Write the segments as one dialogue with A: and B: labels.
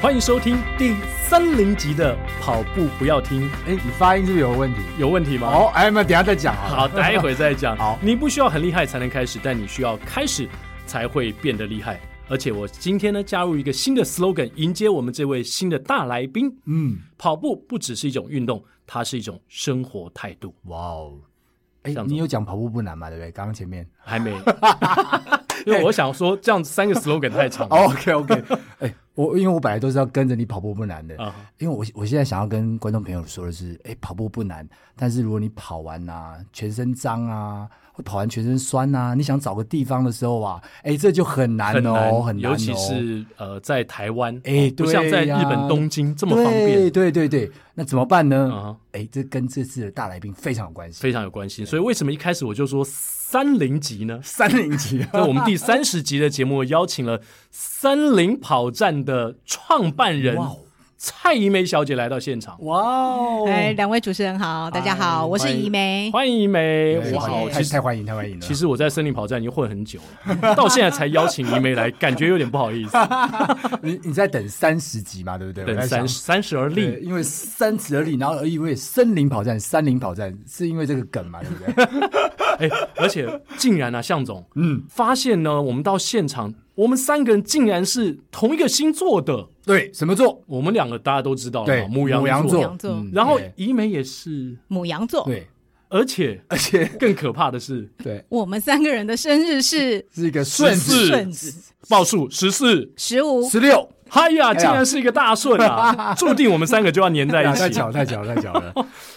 A: 欢迎收听第三零集的《跑步不要听》，
B: 哎，你发音是不是有问题？
A: 有问题吗？
B: 好，哎，那等一下再讲好了
A: 好，待会再讲。
B: 好
A: 你不需要很厉害才能开始，但你需要开始才会变得厉害。而且我今天呢，加入一个新的 slogan，迎接我们这位新的大来宾。
B: 嗯，
A: 跑步不只是一种运动，它是一种生活态度。
B: 哇哦，哎
A: 向，左
B: 你有讲跑步不难嘛？对不对？刚刚前面。
A: 还 没，因为我想说这样三个 slogan 太长了。
B: OK OK，哎， 我因为我本来都是要跟着你跑步不难的，
A: 啊
B: 因为我我现在想要跟观众朋友说的是，哎，跑步不难，但是如果你跑完啊，全身脏啊，或跑完全身酸啊，你想找个地方的时候啊，哎，这就很难
A: 很难，
B: 哦，很难哦，
A: 尤其是呃，在台湾，哦
B: 哎
A: 不像在
B: 对呀
A: 日本东京这么方便
B: 对对对对，那怎么办
A: 啊
B: 呢？哎，这跟这次的大来宾非常有关系。
A: 非常有关系。所以为什么一开始我就说三零级 呢？
B: 三零级，
A: 那我们第三十集的节目邀请了三零跑站的创办人
B: 哇哦
A: 蔡怡梅小姐来到现场。
B: 哇哦！
C: 哎，两位主持人好，大家好，我是怡
B: 嗯
C: 梅。
A: 欢迎怡梅，
B: 对
A: 哇
B: 欢迎
A: 哦！
B: 太
A: 其实
B: 太欢迎，太欢迎了。
A: 其实我在森林跑站已经混很久 了，到现在才邀请怡梅来，感觉有点不好意思。
B: 你你在等三十集嘛，对不对？我
A: 等
B: 在
A: 三
B: 想
A: 十三十而
B: 啊对，
A: 立，
B: 因为三十而立，然后因为森林跑站，三林跑站是因为这个梗嘛，对不对？
A: 哎，而且竟然啊，向总
B: 嗯，
A: 发现呢，我们到现场，我们三个人竟然是同一个星座的。
B: 对，什么座？
A: 我们两个大家都知道了
B: 对，
A: 嘛，母哦羊
C: 座
B: 座嗯
C: 羊，座
A: 然后
B: 对
A: 怡梅也是，
C: 母羊座，
B: 对，
A: 而且
B: 而且
A: 更可怕的是，
B: 对
C: 我们三个人的生日是
B: 是一个顺
A: 是
B: 子
C: 顺子
A: 报数十四，
C: 十五，
B: 十六，
A: 嗨
B: 哎
A: 呀，竟然是一个大顺 啊！注定我们三个就要粘在
B: 啊太
A: 一起。
B: 巧，太巧，太巧了。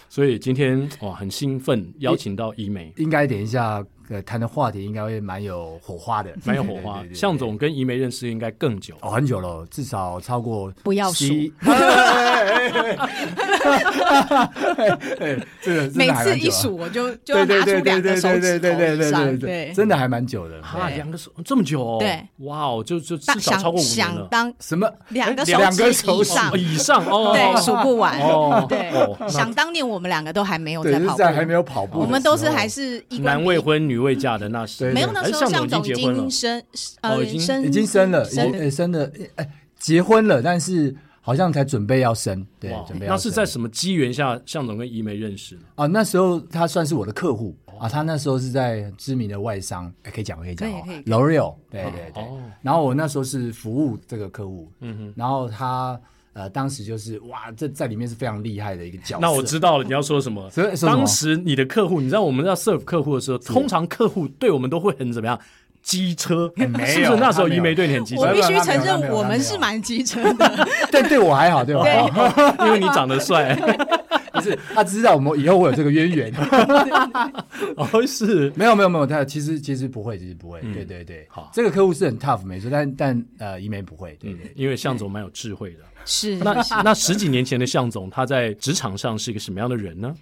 A: 所以今天哇，很兴奋，邀请到怡梅，
B: 应该等一下，呃，谈的话题应该会蛮有火花的，
A: 蛮有火花
B: 对。
A: 向总跟怡梅认识应该更久，
B: 哦，很久了，至少超过
C: 不要数
B: 七。哎哎哎哎哎这个真的
C: 每
B: 还
C: 次
B: 蛮久
C: 一
B: 啊
C: 数我就就要
B: 对对对对
C: 拿出
B: 对
C: 两个
B: 对
C: 手
B: 对
C: 指头
B: 对
C: 以
B: 对
C: 上，
B: 对
C: 对，
B: 真的还蛮久的。
A: 啊，
C: 对
A: 两个手这么久哦，
C: 对，
A: 哇哦，就就
C: 大
A: 至少超过
C: 想
A: 五年
C: 想
A: 了，
C: 当
B: 什么？
C: 两个
B: 哎两个
C: 手
B: 手
C: 指以上
A: 哦，以上哦，
C: 对，数不完，
A: 哦，
C: 对
A: 哦，那
C: 想当年我们两个都还没有
B: 对，
C: 在
B: 就
C: 跑
B: 是
C: 步
B: 在，还没有跑步的时候，
C: 我们都是还是一
A: 男未婚女未嫁的那是
B: 对
C: 没有那时
A: 哎
C: 候
A: 向
C: 向
A: 总
C: 总
A: 已经
C: 已
A: 结婚了
C: 经生
A: 哦
C: 呃
A: 已经
B: 已经生了，已
C: 生
B: 经呃生了，哎，结婚了，但是好像才准备要生，对
A: 哇，
B: 准备要
A: 那是
B: 生
A: 在什么机缘下，向总跟怡梅认识的？
B: 啊，那时候他算是我的客户啊，他那时候是在知名的外商，哎可以讲，可以讲
C: 可以
B: 哦
C: 可以
B: ，L'Oreal，对对对
A: 哦。
B: 然后我那时候是服务这个客户，嗯哼，然后他呃当时就是哇，这在里面是非常厉害的一个角色。
A: 那我知道了，你要说什么
B: 哦所以说？什么
A: 当时你的客户，你知道我们要 serve 客户的时候，通常客户对我们都会很怎么样？机车，是不
B: 哎没有啊
A: 是那时候
B: 他没
A: 怡
B: 有
A: 梅对你很机
C: 我
A: 车
B: 没
C: 必？
B: 有
C: 须承
B: 他没有他没
C: 认，
B: 有
C: 我们是蛮机车 的，
B: 对对我还好，对我还好。
A: 因为你长得 帅，
B: 不是，他知道我们以后会有这个渊源。
A: 哦是
B: 没有没有没有，他其实其实不会，其实不会。
C: 嗯
B: 对对对，
A: 好
B: 这个客户是很 tough 没错，但但呃，怡梅不会。
C: 嗯
B: 对对，
A: 因为向总蛮有智慧的。
C: 是
A: 那那十几年前的向总，他在职场上是一个什么样的人呢？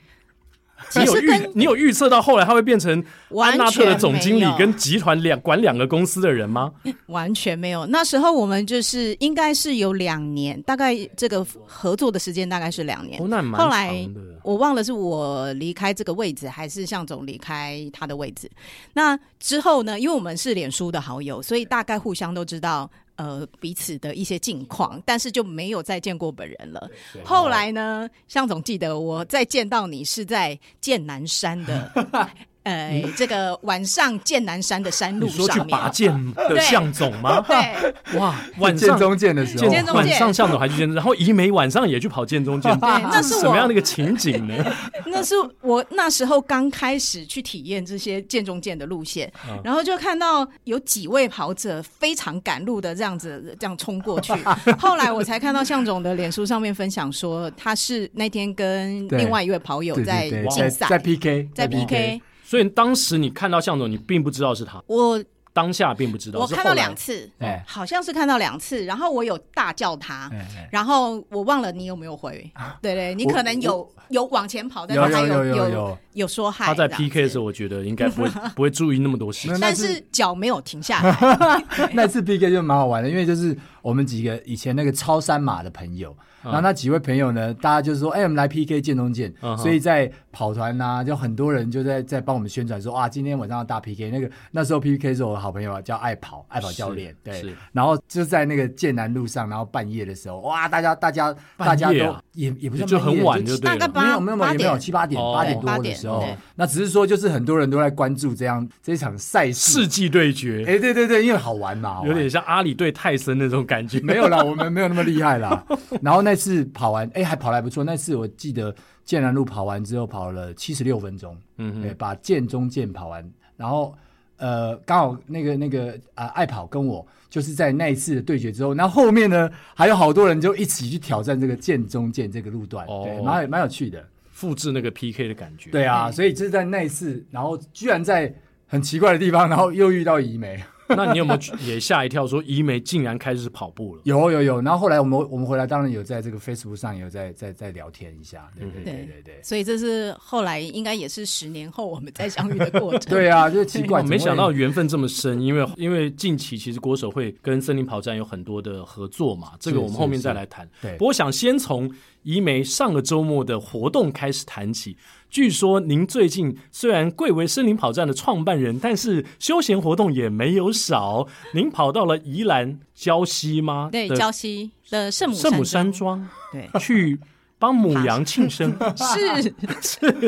A: 你
C: 其
A: 有
C: 实
A: 预
C: 跟
A: 你有预测到后来他会变成
C: 完
A: 安纳特的
C: 全
A: 总经理
C: 没有
A: 跟集团两管两个公司的人吗？
C: 完全没有。那时候我们就是应该是有两年，大概这个合作的时间大概是两年。
A: 哦，那蛮
C: 后来
A: 长的。
C: 我忘了是我离开这个位置，还是向总离开他的位置。那之后呢，因为我们是脸书的好友，所以大概互相都知道呃彼此的一些近况，但是就没有再见过本人了。后来呢，向总记得我再见到你是在剑南山的， 呃，这个晚上剑南山的山路
A: 你说去
C: 上面。
A: 拔剑的向总吗？
C: 对，
A: 哇，晚
B: 剑
A: 上
B: 中剑的时候，
C: 剑中
A: 晚上向总还去剑中， 然后怡梅晚上也去跑剑中剑，
C: 对哎那
A: 这
C: 是
A: 什么
C: 我
A: 样的一个情景 呢？
C: 那是我那时候刚开始去体验这些剑中剑的路线，
B: 啊
C: 然后就看到有几位跑者非常赶路的这样子这样冲 过去。后来我才看到向总的脸书上面分享说，他是那天跟
B: 对
C: 另外一位跑友
B: 对
C: 在
B: 对对
C: 竞
B: 在
C: 赛，
B: 在 PK，
C: 在 PK。
A: 所以当时你看到向总，你并不知道是他，
C: 我
A: 当下并不知道。
C: 我
A: 是
C: 看
A: 后
C: 到
A: 来
C: 两次
B: 哎，
C: 好像是看到两次，然后我有大叫他
B: 哎哎，
C: 然后我忘了你有没有回，对对，你可能有有往前跑，但
B: 有
C: 是还
B: 有有
C: 有
B: 有，
C: 有说嗨。
A: 他在
C: 这样
A: PK 的时
C: 子
A: 候，我觉得应该 不会不会注意那么多事
B: 没有
A: 情。
B: 那
C: 但
B: 是
C: 是脚没有 停下来。
B: 那次 PK 就蛮好玩的，因为就是我们几个以前那个超山马的朋友，然后那几位朋友呢，大家就是说，哎、我们来 PK 建中建，
A: 嗯哼
B: 所以在跑团呐、就很多人就在在帮我们宣传说，啊，今天晚上要大 PK。那个那时候 PK 是我的好朋友啊，叫爱跑，爱跑教练，
A: 是
B: 对
A: 是。
B: 然后就在那个剑南路上，然后半夜的时候，哇，大家大家大
A: 半夜啊
B: 家都也也不是
A: 就很晚就对
C: 大
A: 了。
C: 概
B: 没
C: 八
B: 有没有没有
C: 八
B: 也没有
C: 点
B: 七八点
A: 哦
B: 八点多
C: 八
B: 的
C: 点
B: 时候
C: 对，
B: 那只是说就是很多人都在关注这样这场赛事
A: 世，纪对决，
B: 哎、对对对，因为好玩嘛，好玩
A: 有点像阿里对泰森那种感觉。
B: 没有啦，我们没有那么厉害啦。然后那次跑完，哎、还跑得还不错。那次我记得剑南路跑完之后跑了七十六分钟，
A: 嗯
B: 对，
A: 哼，
B: 把剑中剑跑完。然后呃，刚好那个那个啊、爱跑跟我就是在那一次的对决之后，然后后面呢还有好多人就一起去挑战这个剑中剑这个路段，
A: 哦
B: 对，蛮有蛮有趣的。
A: 复制那个 PK 的感觉。
B: 对啊，
C: 嗯
B: 所以就是在那一次，然后居然在很奇怪的地方，然后又遇到怡梅。
A: 那你有没有去 也吓一跳？说怡梅竟然开始跑步了？
B: 有有有，然后后来我们我们回来，当然有在这个 Facebook 上有在在在聊天一下，对对对
C: 嗯
B: 对对。
C: 所以这是后来应该也是十年后我们再相遇的过 程。
B: 对啊，就是奇怪，
A: 我哦没想
B: 怎么
A: 到
B: 会
A: 缘分这么深，因为因为近期其实国手会跟森林跑站有很多的合作嘛，这个我们后面再来谈。
B: 对
A: 不过我想先从怡梅上个周末的活动开始谈起。据说您最近虽然贵为森林跑站的创办人，但是休闲活动也没有少。您跑到了宜兰礁溪吗？
C: 对，
A: 的
C: 礁溪的圣母
A: 圣母山
C: 庄，
A: 庄
C: 对，
A: 去帮 母羊庆生。
C: 是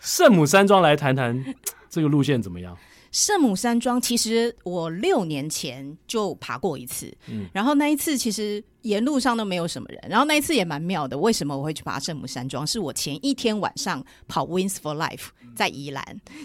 A: 圣母山庄来谈谈这个路线怎么样？
C: 圣母山庄，其实我六年前就爬过一次，
A: 嗯
C: 然后那一次其实沿路上都没有什么人，然后那一次也蛮妙的。为什么我会去爬圣母山庄？是我前一天晚上跑 Wins for Life 在宜兰，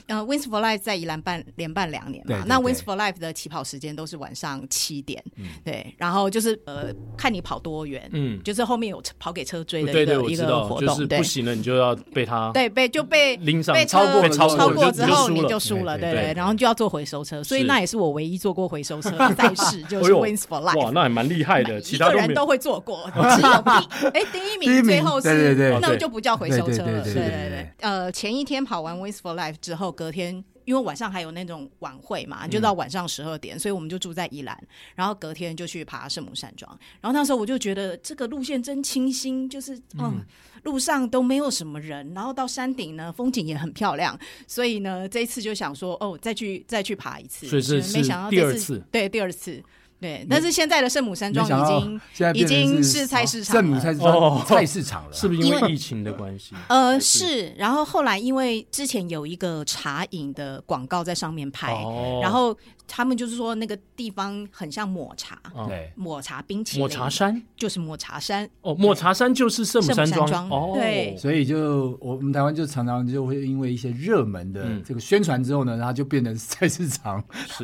C: 呃，Wins for Life 在宜兰办连办两年嘛，
B: 对对
C: 那
B: 对
C: Wins for Life 的起跑时间都是晚上七点，对，然后就是呃，看你跑多远，
A: 嗯。
C: 就是后面有跑给车追的一
A: 对
C: 个
A: 对，我
C: 一
A: 知
C: 个
A: 道，
C: 活
A: 就
C: 动，
A: 是
C: 对
A: 不行了，你就要被他
C: 对被就被
A: 拎上
C: 被
A: 超
C: 车
A: 过了
B: 超
C: 超
B: 过
C: 过
A: 过
B: 了
C: 之
B: 就
C: 后
A: 输
C: 你
A: 了
C: 就输了，
B: 对
C: 对
B: 对对
C: 对，然后就要做回收车，所以
A: 是
C: 那也是我唯一做过回收车 的赛事，就
A: 哎
C: 是
A: 呦
C: Wins for
A: 哇，
C: Life。
A: 那还蛮厉害的，其
C: 一
A: 他
C: 个
A: 都
C: 人
A: 没
C: 都
A: 有。
C: 会做过，只有第哎第一
B: 第一
C: 名，
B: 名
C: 最后
B: 对对
C: 是
B: 对
C: 那
A: 对
C: 就不叫回收车了。
B: 对对对
C: 对
B: 对对
C: 对，呃，前一天跑完 Wins for Life 之后，隔天因为晚上还有那种晚会嘛，就到晚上十二点，所以我们就住在宜兰，然后隔天就去爬圣母山庄。然后那时候我就觉得这个路线真清新，就是嗯，路上都没有什么人，然后到山顶呢，风景也很漂亮，所以呢，这一次就想说，哦，再去再去爬一次，
A: 所以这
C: 没想到
A: 是第
C: 这
A: 二
C: 次
A: 次，
C: 对，第二次，对，
A: 嗯
C: 但是现在的圣母山
B: 没
C: 庄
B: 想
C: 已
B: 到
C: 经
B: 现在变成
C: 已经
B: 是
C: 是菜市场了
B: 圣母菜市
A: 哦
B: 场菜市场了啦，
A: 是不是因为疫情的关系？
C: 呃
A: 还是
C: 是，然后后来因为之前有一个茶饮的广告在上面拍，
A: 哦
C: 然后他们就是说那个地方很像抹茶，
A: 哦
B: 对，
C: 抹茶冰淇淋，
A: 抹茶山
C: 就是抹茶山，
A: 哦，抹茶山就是圣母山
C: 圣母山庄
A: 哦，
C: 对
B: 所以就我们台湾就常常就会因为一些热门的
A: 嗯
B: 这个宣传之后呢，它就变成菜市场，
A: 是，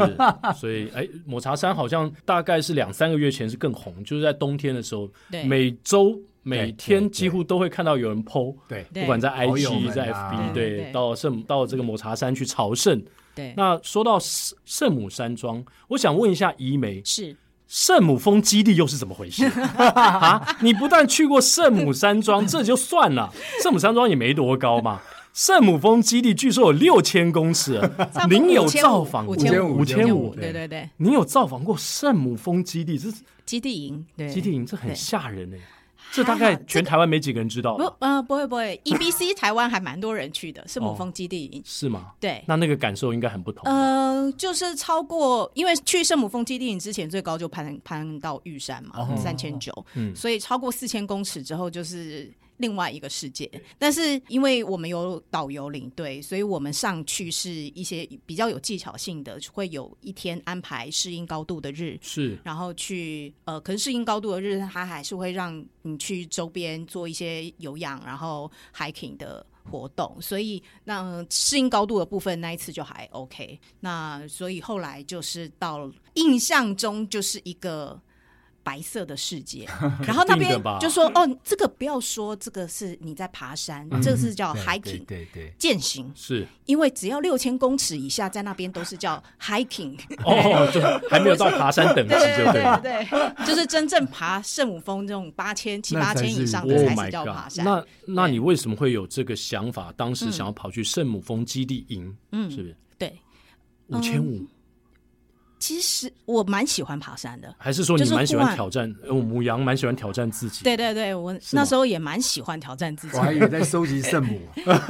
A: 所以哎，抹茶山好像大概是两三个月前是更红，就是在冬天的时候，
C: 对
A: 每周
B: 对
A: 每
B: 对
A: 天
B: 对
A: 几乎都会看到有人 PO，
B: 对
C: 对
A: 不管在
B: 好友
A: IG
B: 们啊
A: 在
C: 对
A: FB，
C: 对
A: 对，
C: 对
A: 到圣到这个抹茶山去朝圣。
C: 对，
A: 那说到圣圣母山庄，我想问一下怡梅，
C: 是。
A: 圣母峰基地又是怎么回 事啊？你不但去过圣母山庄，这就算了，圣母山庄也没多高嘛。圣母峰基地据说有六千公尺
C: 差，不多
A: 您有
C: 5500
A: 造访过
C: 5500
A: 五千
B: 5500
A: 五，
C: 对对对，
A: 您有造访过圣母峰基地？这是
C: 基地营，对，
A: 基地营，这很
C: 对
A: 吓人哎、这大概
C: 还好
A: 全台湾没几个人知道
C: 不
A: 吧，
C: 呃，不会不会，EBC 台湾还蛮多人去的，圣母峰基地营。
A: 是吗？
C: 对，
A: 那那个感受应该很不同。
C: 呃，就是超过，因为去圣母峰基地营之前最高就攀攀到玉山嘛，三千九，
A: 哦嗯
C: 所以超过四千公尺之后就是。另外一个世界，但是因为我们有导游领队，所以我们上去是一些比较有技巧性的，会有一天安排适应高度的日，
A: 是
C: 然后去呃，可是适应高度的日，它还是会让你去周边做一些有氧，然后 hiking 的活动，所以那嗯适应高度的部分那一次就还 OK。那所以后来就是到印象中就是一个白色的 世界，然后那
A: 肯定
C: 边
A: 的吧
C: 就说哦，这个不要说，这个是你在爬山，这个是叫
B: 对
C: 哦 hiking
B: 对对对，
C: 践行，
A: 是
C: 因为只要六千公尺以下，在那边都是叫 hiking。
A: 哦，就还没有到爬山等级，
C: 对
A: 就对
C: 对对
A: 了。
C: 对 对，就是真正爬圣母峰这种八千七八
B: 那才
C: 千
B: 是
C: 以上
A: Oh
C: 的
A: my
C: 才是叫爬山。
A: God！那那你为什么会有这个想法？当时想要跑去圣母峰基地营，嗯，是不是
C: 对，嗯
A: 五千五？
C: 其实我蛮喜欢爬山的。
A: 还是说你
C: 就是
A: 蛮喜
C: 忽
A: 欢
C: 然
A: 挑战？呃，母羊蛮喜欢挑战自己，
C: 对对对，我
A: 吗
C: 那时候也蛮喜欢挑战自己
B: 我，还以为在收集圣 母，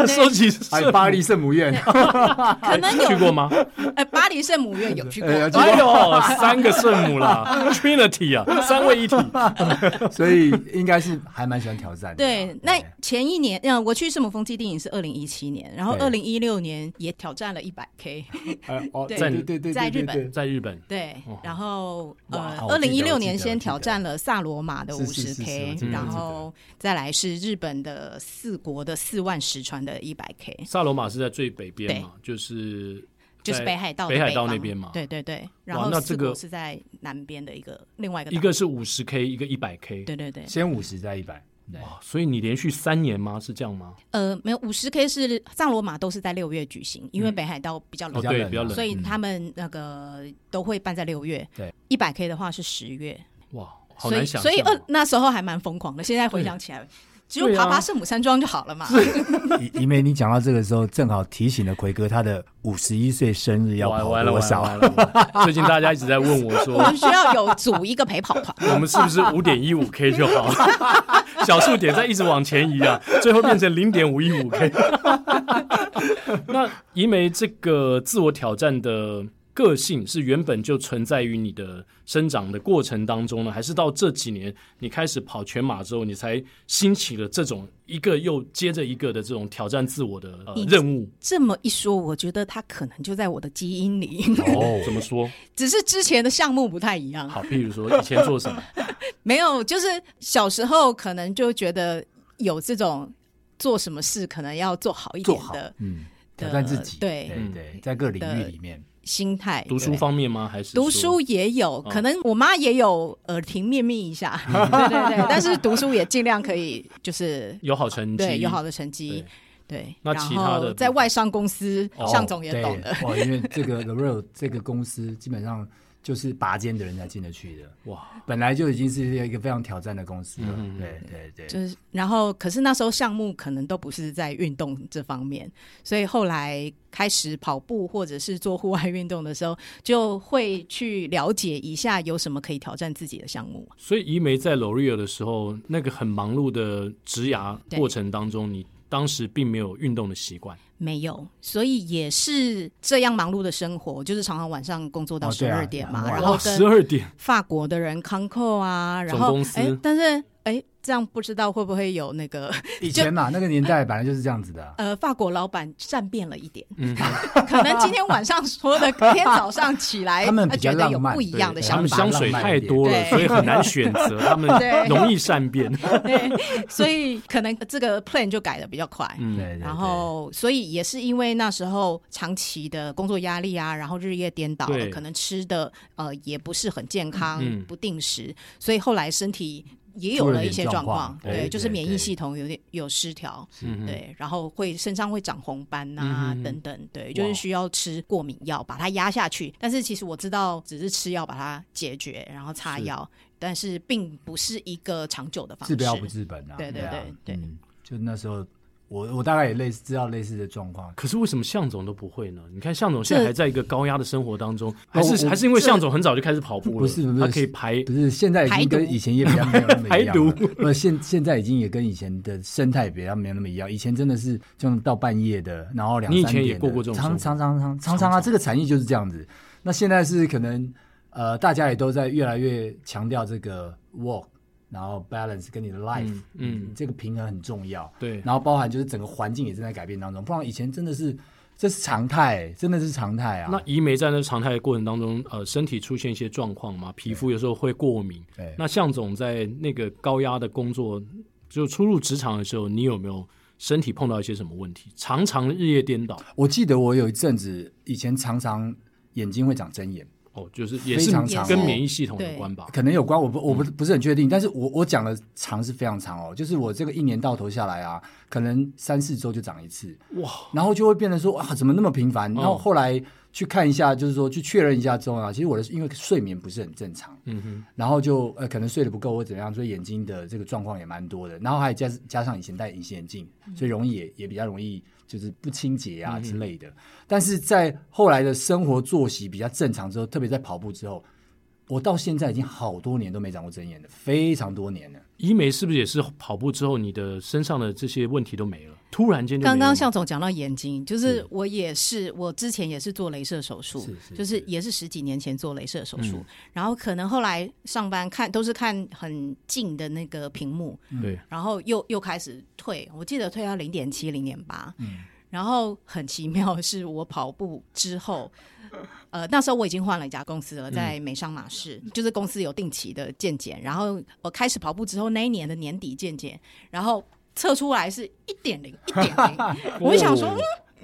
A: 收集
B: 还
A: 圣
B: 有巴黎圣母院，
C: 可能
A: 去过
C: 有
A: 吗？
C: 哎，巴黎圣母院有去过
B: 哎，呀这
A: 哎呦，三个圣母啦 ，Trinity 啊，三位一 体。
B: 所以应该是还蛮喜欢挑战的啊。
C: 对，那前一年，嗯，我去圣母峰基地营是二零一七年，然后
B: 对
C: 二零一六年也挑战了一百 K，
B: 哎哦，
C: 对
B: 对对对对，
C: 在
B: 对
C: 日本
B: 对
A: 在日本，
C: 对，然后呃，
B: 哇我
C: 二零
B: 记
C: 一
B: 得
C: 六
B: 我记
C: 年
B: 得
C: 先
B: 我记
C: 挑
B: 得
C: 战了萨罗马的
B: 是
C: 五
B: 是
C: 十
B: 是是我
C: K，
B: 记得
C: 然
B: 我记得
C: 后再来是日本的四国的四万石川的一百 K，
A: 萨罗马是在最北边嘛，就是
C: 就是
A: 在
C: 北海道的
A: 北海道
C: 方
A: 那边嘛。，
C: 对对对，然后
A: 那
C: 四
A: 这个
C: 国是在南边的一个另外一个
A: 一
C: 岛
A: 个是五十 K，一个一百 K。
C: 对对对，
B: 先五十再一百，对
A: 哇，所以你连续三年吗？是这样吗？
C: 呃，没有五十 K 是藏罗马都是在六月举行，因为北海道比较冷
A: 哦，
B: 比较冷
A: 对，
B: 啊
A: 比较冷
C: 所。以他们那个都会办在六月。
B: 对，
C: 一百 K 的话是十月，
A: 哇，好
C: 所以
A: 难想象哦。
C: 所以呃那时候还蛮疯狂的。现在回想起来，只有
A: 对啊
C: 爬爬圣母山庄就好了嘛。
B: 因因为你讲到这个时候，正好提醒了奎哥他的五十一岁生日要
A: 完
B: 跑
A: 完了
B: 多
A: 完了
B: 少。
A: 完了！完 了最近大家一直在问我
C: 我
A: 说
C: 们，需 要有组一个陪跑团。
A: 我们是不是五点一五 K 就好？ 小数点在一直往前移啊，最后变成零点五一五 K。那怡梅这个自我挑战的个性是原本就存在于你的生长的过程当中呢，还是到这几年你开始跑全马之后，你才兴起了这种一个又接着一个的这种挑战自我的、呃
C: 你
A: 任务？
C: 这么一说，我觉得它可能就在我的基因里，
A: 哦，怎么说？
C: 只是之前的项目不太一样。
A: 好，譬如说以前做什么？
C: 没有，就是小时候可能就觉得有这种做什么事可能要做好一
B: 做
C: 点
B: 好
C: 的
B: 嗯，挑战自己，
C: 对
B: 对对，在各领域里面，
C: 心态。
A: 读书
C: 对
A: 方面吗？还是
C: 读
A: 说嗯
C: 书也有，可能我妈也有耳提面命 一下，对对对，但是读书也尽量可以，就是
A: 有好成绩？
C: 对有好的成
A: 对
C: 绩，对。
A: 那
C: 然
A: 其他的
C: 后在外商公司，
A: 哦
C: 向总也
B: 对
C: 懂的，
B: 哦，因为这个 The Real 这个公司基本上就是拔尖的人才进得去的，
A: 哇，嗯
B: 本来就已经是一个非常挑战的公司了。对对对，
C: 就是然后可是那时候项目可能都不是在运动这方面，所以后来开始跑步或者是做户外运动的时候，就会去了解一下有什么可以挑战自己的项目。
A: 所以怡梅在 L'Oreal 的时候，那个很忙碌的职涯过程当中，你当时并没有运动的习惯，
C: 没有，所以也是这样忙碌的生活，就是常常晚上工作到
B: 哦
C: 十
B: 对啊
C: 二点嘛，
B: 哇
C: 然后
A: 十
C: 跟
A: 二点
C: 法国的人康扣啊，然
A: 总
C: 后
A: 公司
C: 哎，但是哎，这样不知道会不会有那个。
B: 以前嘛，那个年代本来就是这样子的
C: 呃，法国老板善变了一 点，
A: 嗯
C: 可能今天晚上说的，隔天早上起 来，
B: 他们
C: 他
B: 比较
C: 觉得有
B: 浪漫
C: 不一
B: 对
C: 样的
B: 对
A: 他
C: 想
A: 们
C: 法
A: 香，水太多了，
C: 对
A: 所以很难选择，他们
C: 对
A: 容易善变。
C: 对，所以可能这个 plan 就改的比较快。
B: 对
A: 嗯，
B: 对对
C: 然后，所以也是因为那时候长期的工作压力啊，然后日夜颠倒
A: 对
C: 了，可能吃的呃也不是很健康，
A: 嗯
C: 不定时，所以后来身体也有
B: 出了
C: 了一
B: 点
C: 些
B: 状
C: 状
B: 况对对
C: 就是免疫
B: 对
C: 系统有点有失调，
A: 嗯
C: 对，然后会身上会长红斑
A: 嗯
C: 啊、
A: 哼哼
C: 等等，对，就是
A: 哇
C: 需要吃过敏药把它压下去。但是其实我知道，只是吃药把它解决，然后擦
A: 是
C: 药，但是并不是一个长久的方式。
B: 治标不治本啊！
C: 对对
B: 啊
C: 对对
B: 嗯，就那时候我我大概也类似知道类似的状况，
A: 可是为什么向总都不会呢？你看向总现在
C: 这哦
A: 还在一个高压的生活当中，还是
B: 我
A: 还是因为向总很早就开始跑步了，
B: 不是不是
A: 他可以排
B: 不是现在已经
C: 排
B: 跟
C: 毒
B: 以前也比较没有那么一样了
A: 排毒
B: 不是现现在已经也跟以前的生态比较没有那么一样。以前真的是就到半夜的，然后两
A: 你以
B: 三
A: 前也
B: 点的
A: 过过这种
B: 常
A: 生
B: 常常常常常啊，这个产业就是这样子。那现在是可能呃，大家也都在越来越强调这个 work，然后 balance 跟你的 life，
A: 嗯嗯
B: 这个平衡很重要。
A: 对
B: 然后包含就是整个环境也正在改变当中，不然以前真的是这是常态，真的是常态啊。
A: 那移梅在那常态的过程当中，呃，身体出现一些状况嘛，皮肤有时候会过敏。
B: 对
A: 那向总在那个高压的工作，就初入职场的时候，你有没有身体碰到一些什么问题？常常日夜颠倒，
B: 我记得我有一阵子以前常常眼睛会长针眼，
A: 哦，就是也
B: 非
A: 是
B: 常长
A: 跟
C: 哦
A: 免疫系统有关吧？
B: 可能有关，我不我不不是很确定，但是我我讲的长是非常长哦，就是我这个一年到头下来啊，可能三四周就长一次，
A: 哇，
B: 然后就会变得说啊，怎么那么频
A: 哦
B: 繁？然后后来去看一下，就是说去确认一下之后啊，其实我的因为睡眠不是很正常，
A: 嗯哼，
B: 然后就呃可能睡得不够或怎样，所以眼睛的这个状况也蛮多的。然后还加加上以前戴隐形眼镜，
A: 嗯
B: 所以容易也也比较容易就是不清洁啊之类的。但是在后来的生活作息比较正常之后，特别在跑步之后，我到现在已经好多年都没长过针眼了，非常多年了。
A: 医美是不是也是跑步之后你的身上的这些问题都没了？突然间就没
C: 刚刚
A: 了
C: 向总讲到眼睛，就是我也是，我之前也是做镭射手术，
B: 是是
C: 就是也是十几年前做镭射手术，然后可能后来上班看都是看很近的那个屏幕，
A: 对，
B: 哎
C: 然后又又开始退，我记得退到零点七、零点八。然后很奇妙的是，我跑步之后，呃，那时候我已经换了一家公司了，在美商马仕，就是公司有定期的健检。然后我开始跑步之后，那一年的年底健检，然后测出来是一点零，一点零。我就想说，
A: 哦啊
C: 嗯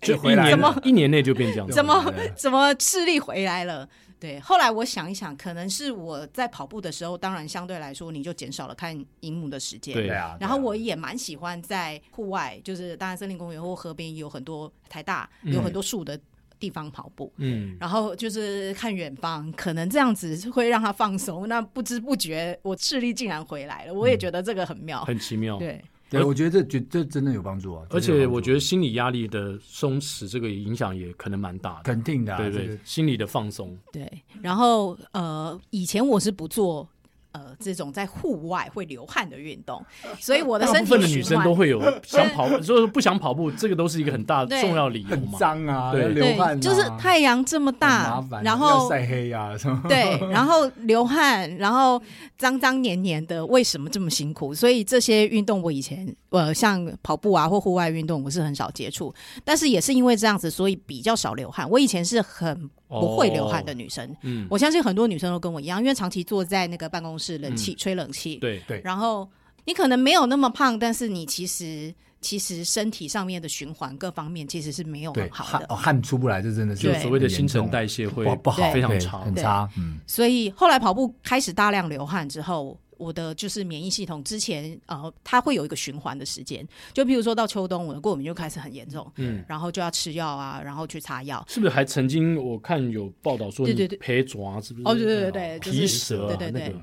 A: 就
B: 回
A: 一
B: 来
A: 年
B: 了
A: 一年内就变这样子，
C: 怎么
B: 对
C: 怎么视力回来了？对，后来我想一想，可能是我在跑步的时候，当然相对来说你就减少了看荧幕的时间，
A: 对
B: 啊，
C: 然后我也蛮喜欢在户外，就是当然森林公园或河边有很多台大有很多树的地方跑步，
A: 嗯，
C: 然后就是看远方，可能这样子会让他放松。那不知不觉我视力竟然回来了，我也觉得这个很妙。
A: 嗯很奇妙。
C: 对，
B: 对我觉得这绝这真的有帮助啊，
A: 而
B: 真的
A: 且
B: 有帮助
A: 我觉得心理压力的松弛，这个影响也可能蛮大的，
B: 肯定的、啊，
A: 对
B: 这
A: 对
B: 个，
A: 心理的放松，
C: 对，然后呃，以前我是不做呃这种在户外会流汗的运动，所以我的
A: 大
C: 身
A: 部分
C: 体
A: 的女
C: 循
A: 生
C: 环
A: 都会有想跑，就是不想跑步，这个都是一个很大
C: 对
A: 重要理由
B: 很
A: 嘛。
B: 脏啊，
A: 对
B: 要流汗、
C: 对，
B: 啊，
C: 就是太阳这么
B: 很麻
C: 大
B: 烦，，要
C: 然后
B: 晒黑啊什 么。
C: 对，然后流汗，然后脏脏黏黏的，为什么这么辛苦？所以这些运动我以前呃像跑步啊或户外运动我是很少接触，但是也是因为这样子，所以比较少流汗。我以前是很不会流汗的女生，
A: 嗯，
C: 我相信很多女生都跟我一样，因为长期坐在那个办公室冷气、吹冷气，
A: 对，
B: 对
C: 然后你可能没有那么胖，但是你其实其实身体上面的循环各方面其实是没有
B: 对
C: 很，好
B: 汗
C: 的。
B: 哦汗出不来，这真的是
A: 就
C: 对
A: 所谓的
B: 很严
A: 新陈
B: 重
A: 代谢会
B: 不不好，
A: 非常
B: 对
A: 差
B: 很。差。嗯，
C: 所以后来跑步开始大量流汗之后，我的就是免疫系统之前呃，它会有一个循环的时间，就譬如说到秋冬，我的过敏就开始很严重，
A: 嗯，
C: 然后就要吃药啊，然后去擦药。
A: 是不是还曾经我看有报道说
C: 对
A: 你
C: 对对
A: 皮爪啊是不是？
C: 哦，对对对对，就
A: 皮
C: 是
A: 蛇啊，
C: 对对
A: 那
C: 对
A: 个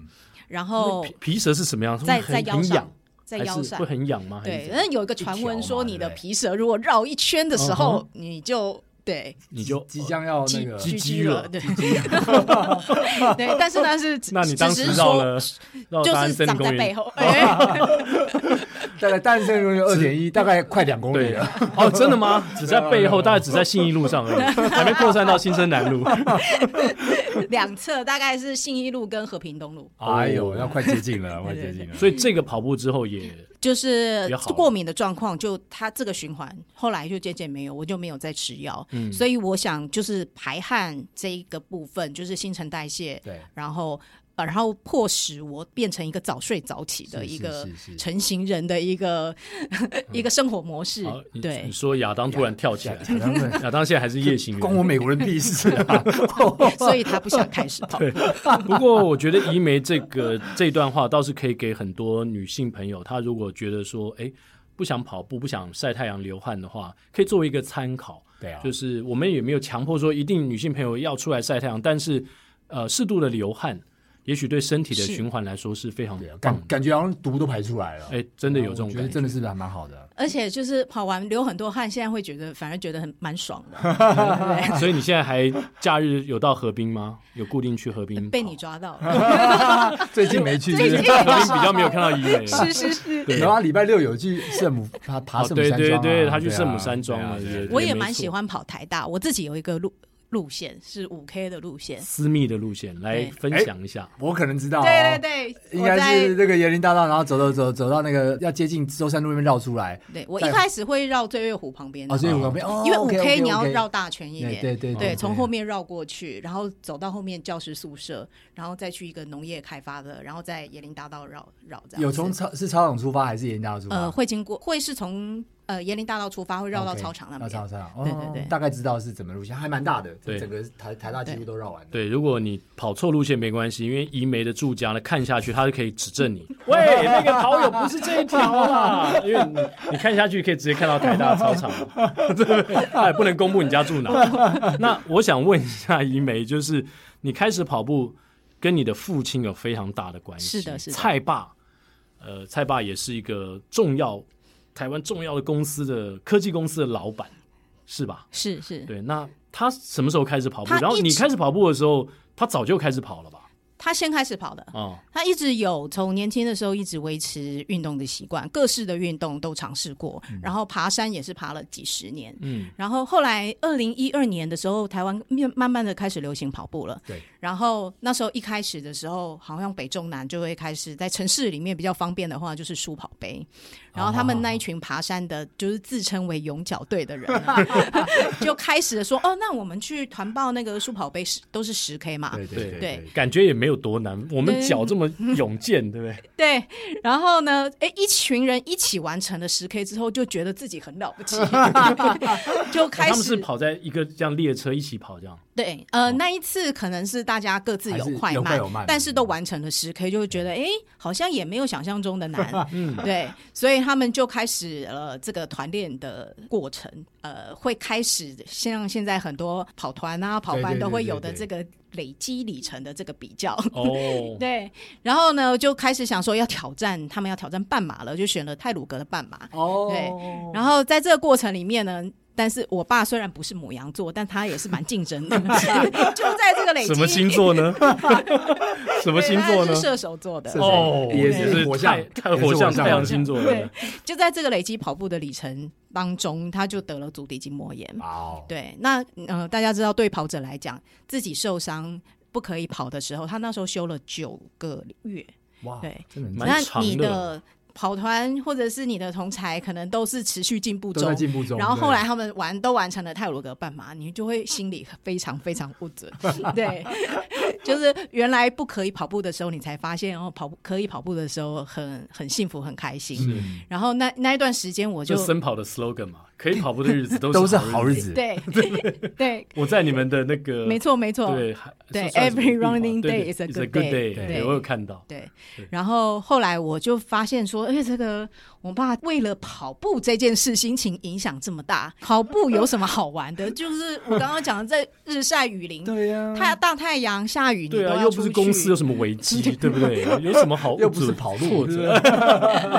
A: 那
C: 然后
A: 皮皮蛇是什么样？
C: 在
A: 会很
C: 在腰
A: 很
C: 上
A: 痒，
C: 在
A: 还
C: 腰
A: 是
C: 上
A: 会。很痒吗？还是
C: 对，
A: 怎么样
C: 那有一个传闻说，你的
B: 一条嘛对不对
C: 皮蛇如果绕一圈的时
A: 嗯
C: 候，你就对
A: 你就呃
B: 即将要那
C: 鸡
B: 个
A: 鸡
C: 鸡
A: 鸡
C: 鸡
A: 了
C: 了，对 对，但是呢是 只
A: 那你当
C: 只
A: 时
C: 是
A: 绕
C: 说
A: 了绕
C: 就
A: 大安
C: 是
A: 森林
C: 长
A: 公
C: 在背
A: 园
C: 后，哎，
B: 大概单身公园二点一，大概快两公里
A: 对
B: 了。
A: 哦，真的吗？ 只在背后，大概只在信义路上而已， 还没扩散到新生南路。
C: 两侧大概是信义路跟和平东路，
B: 哎呦，要快接近 了，快接近了。
A: 哦所以这个跑步之后也
C: 就是
A: 比较好
C: 过敏的状况，就它这个循环，后来就渐渐没有，我就没有再吃药。
A: 嗯
C: 所以我想，就是排汗这一个部分，就是新陈代谢，
B: 对，
C: 然后呃，然后迫使我变成一个早睡早起的
B: 是
C: 一个
B: 是是是
C: 成型人的一个 一个生活模式
A: 嗯好。你
C: 对
A: 你，说亚当突然跳 起来，
B: 好像问
A: 亚当现在还是夜行
B: 关
A: 人。
B: 我美国人屁事 啊！
C: 所以他不想开始跑。
A: 不过我觉得怡梅这个这段话倒是可以给很多女性朋友，她如果觉得说，哎，不想跑步、不想晒太阳、流汗的话，可以作为一个参考。
B: 对啊，
A: 就是我们也没有强迫说一定女性朋友要出来晒太阳，但是呃，适度的流汗，也许对身体的
C: 是
A: 循环来说是非常
B: 对啊
A: 棒
B: 感。感觉好像毒都排出来了。
A: 嗯哎，真的有这种
B: 啊我觉得
A: 感
B: 真的是还蛮好 的。
C: 而且就是跑完流很多汗，现在会觉得反而觉得很蛮爽 的，
A: 所以你现在还假日有到河滨吗？有固定去河滨？
C: 被你
A: 好
C: 抓到了。
B: 最近没去，
C: 最近
B: 是不是
A: 河滨比较没有看到医美。
C: 是是是。
A: 对
B: 然后礼拜六有去圣母爬爬
A: 哦
B: 圣母
A: 对
B: 山
A: 对
B: 庄啊
A: 对，他去
B: 对啊
A: 圣母山庄了，
B: 对啊对啊
C: 我也蛮
A: 没错
C: 喜欢跑台大，我自己有一个路路线是五 K 的路线。
A: 私密的路线来
C: 对
A: 分享一下。
B: 我可能知道哦。
C: 对对对，
B: 应
C: 我
B: 该
C: 在
B: 是那个园林大道，然后走走走走到那个要接近舟山路那边绕出来
C: 对我
B: 在
C: 一开始会绕醉月湖旁边
B: 啊，
C: 的，
B: 所以我旁边哦，
C: 因为五
B: OK，OK，OK 哎
C: K 你要绕大圈一
B: 对
C: 点，
B: 对对
C: 对，从后面绕过去，然后走到后面教师宿舍，然后再去一个农业开发的，然后在野林大道绕绕这样子。
B: 有从操是操场出发还是园林大道出
C: 呃
B: 发？
C: 会经过会是从呃椰林大道出发，会绕到
B: OK，
C: 操场那
B: 绕
C: 边。
B: 操场，
C: 对
B: 哦
C: 对对
B: 大概知道是怎么路线，还蛮大的，
A: 对
B: 这整个台台大几乎都绕完了。
A: 对，如果你跑错路线没关系，因为移梅的住家呢看下去，他就可以指正你，喂，那个跑友不是这一条啊， 因为你你看下去可以直接看到台大操 场嘛，对不对？哎，不能公布你家住哪。那我想问一下移梅，就是你开始跑步跟你的父亲有非常大的关系，
C: 是的是的
A: 蔡爸，呃，蔡爸也是一个重要台湾重要的公司的科技公司的老板，是吧？
C: 是是，
A: 对，那他什么时候开始跑步？
C: 他
A: 然后
C: 一
A: 你
C: 直
A: 开始跑步的时候，他早就开始跑了吧？
C: 他先开始跑的，
A: 啊、
C: 他一直有从年轻的时候一直维持运动的习惯，各式的运动都尝试过，然后爬山也是爬了几十年。
A: 嗯，
C: 然后后来二零一二年的时候，台湾慢慢慢的开始流行跑步了。
B: 对，
C: 然后那时候一开始的时候，好像北中南就会开始在城市里面比较方便的话，就是书跑杯。然后他们那一群爬山的，就是自称为勇脚队的人，啊就开始说：“哦，那我们去团报那个书跑杯是都是十 K 嘛。”
B: 对对
A: 对
B: 对，
A: 感觉也没有多难。我们
C: 嗯
A: 脚这么勇健，对不对？
C: 对，然后呢，哎，一群人一起完成了十 K 之后，就觉得自己很了 不起，就
A: 哦
C: 开
A: 他们是
C: 始
A: 跑在一个这样列车一起跑这样。
C: 对，呃，那一次可能是大家各自有
B: 哦还
C: 快
B: 是有快
C: 慢，
B: 有慢嗯
C: 但是都完成了十 K，就会觉得哎，诶好像也没有想象中 的难，
B: 嗯
C: 对，所以他们就开始了这个团练的过程，呃，会开始像现在很多跑团啊、跑
B: 对
C: 班
B: 对
C: 都
B: 对
C: 会
B: 对
C: 有的
B: 对
C: 这个累积里程的这个比较，
A: 哦，
C: 对，然后呢，就开始想说要挑战，他们要挑战半马了，就选了泰鲁格的半马。
B: 哦
C: 对然后在这个过程里面呢，但是我爸虽然不是母羊座，但他也是蛮竞 争的，就在这个累积。
A: 什么星？座 呢？什么星座呢
C: 是？射手座的
B: 射。手
A: 哦，
B: 也
C: 是
A: 是
B: 火
A: 太
B: 象
A: 太
B: 也是
A: 火
B: 火
A: 象
B: 象
A: 太阳星座
C: 对
A: 的。，
C: 就在这个累积跑步的里程当中，他就得了足底筋膜炎。
B: 哇哦，
C: 对，那呃，大家知道，对跑者来讲，自己受伤不可以跑的时候，他那时候休了九个月。
B: 哇，
C: 对，
B: 真的很
A: 蛮
C: 那
A: 长
C: 你
A: 的
C: 的跑团或者是你的同才，可能都是持续进步
B: 都
C: 中
B: 在。进步中。
C: 然后后
B: 对
C: 来他们完都完成了泰鲁格半马，你就会心里非常非常不准，对，就是原来不可以跑步的时候，你才发现哦，跑步可以跑步的时候很很幸福很开心。然后那那一段时间我
A: 就
C: 就
A: 森跑的 slogan 嘛，可以跑步的日子都
B: 都
A: 是
B: 是好
A: 日
B: 日
A: 子。
B: 子，
C: 对 对，
A: 我在你们的那个
C: 没错没错，
A: 对还
C: 对
A: 算是
C: every
A: 地方
C: running
A: 对对
C: day is a
A: is a
C: good
A: good
C: day，
A: day，
C: 对
A: 对我有看到。
C: 对
A: 对，
C: 然后后来我就发现说，而且这个我爸为了跑步这件事心情影响这么大，跑步有什么好玩 的？就是我刚刚讲的，在日晒雨淋、
B: 对呀，
C: 太大太阳、下雨，你都
A: 啊对啊，
C: 要
A: 又不
C: 出
A: 是
C: 去
A: 公司，有什么危 机，对不对？有什么好
B: 又不是跑路，
A: 对
B: 对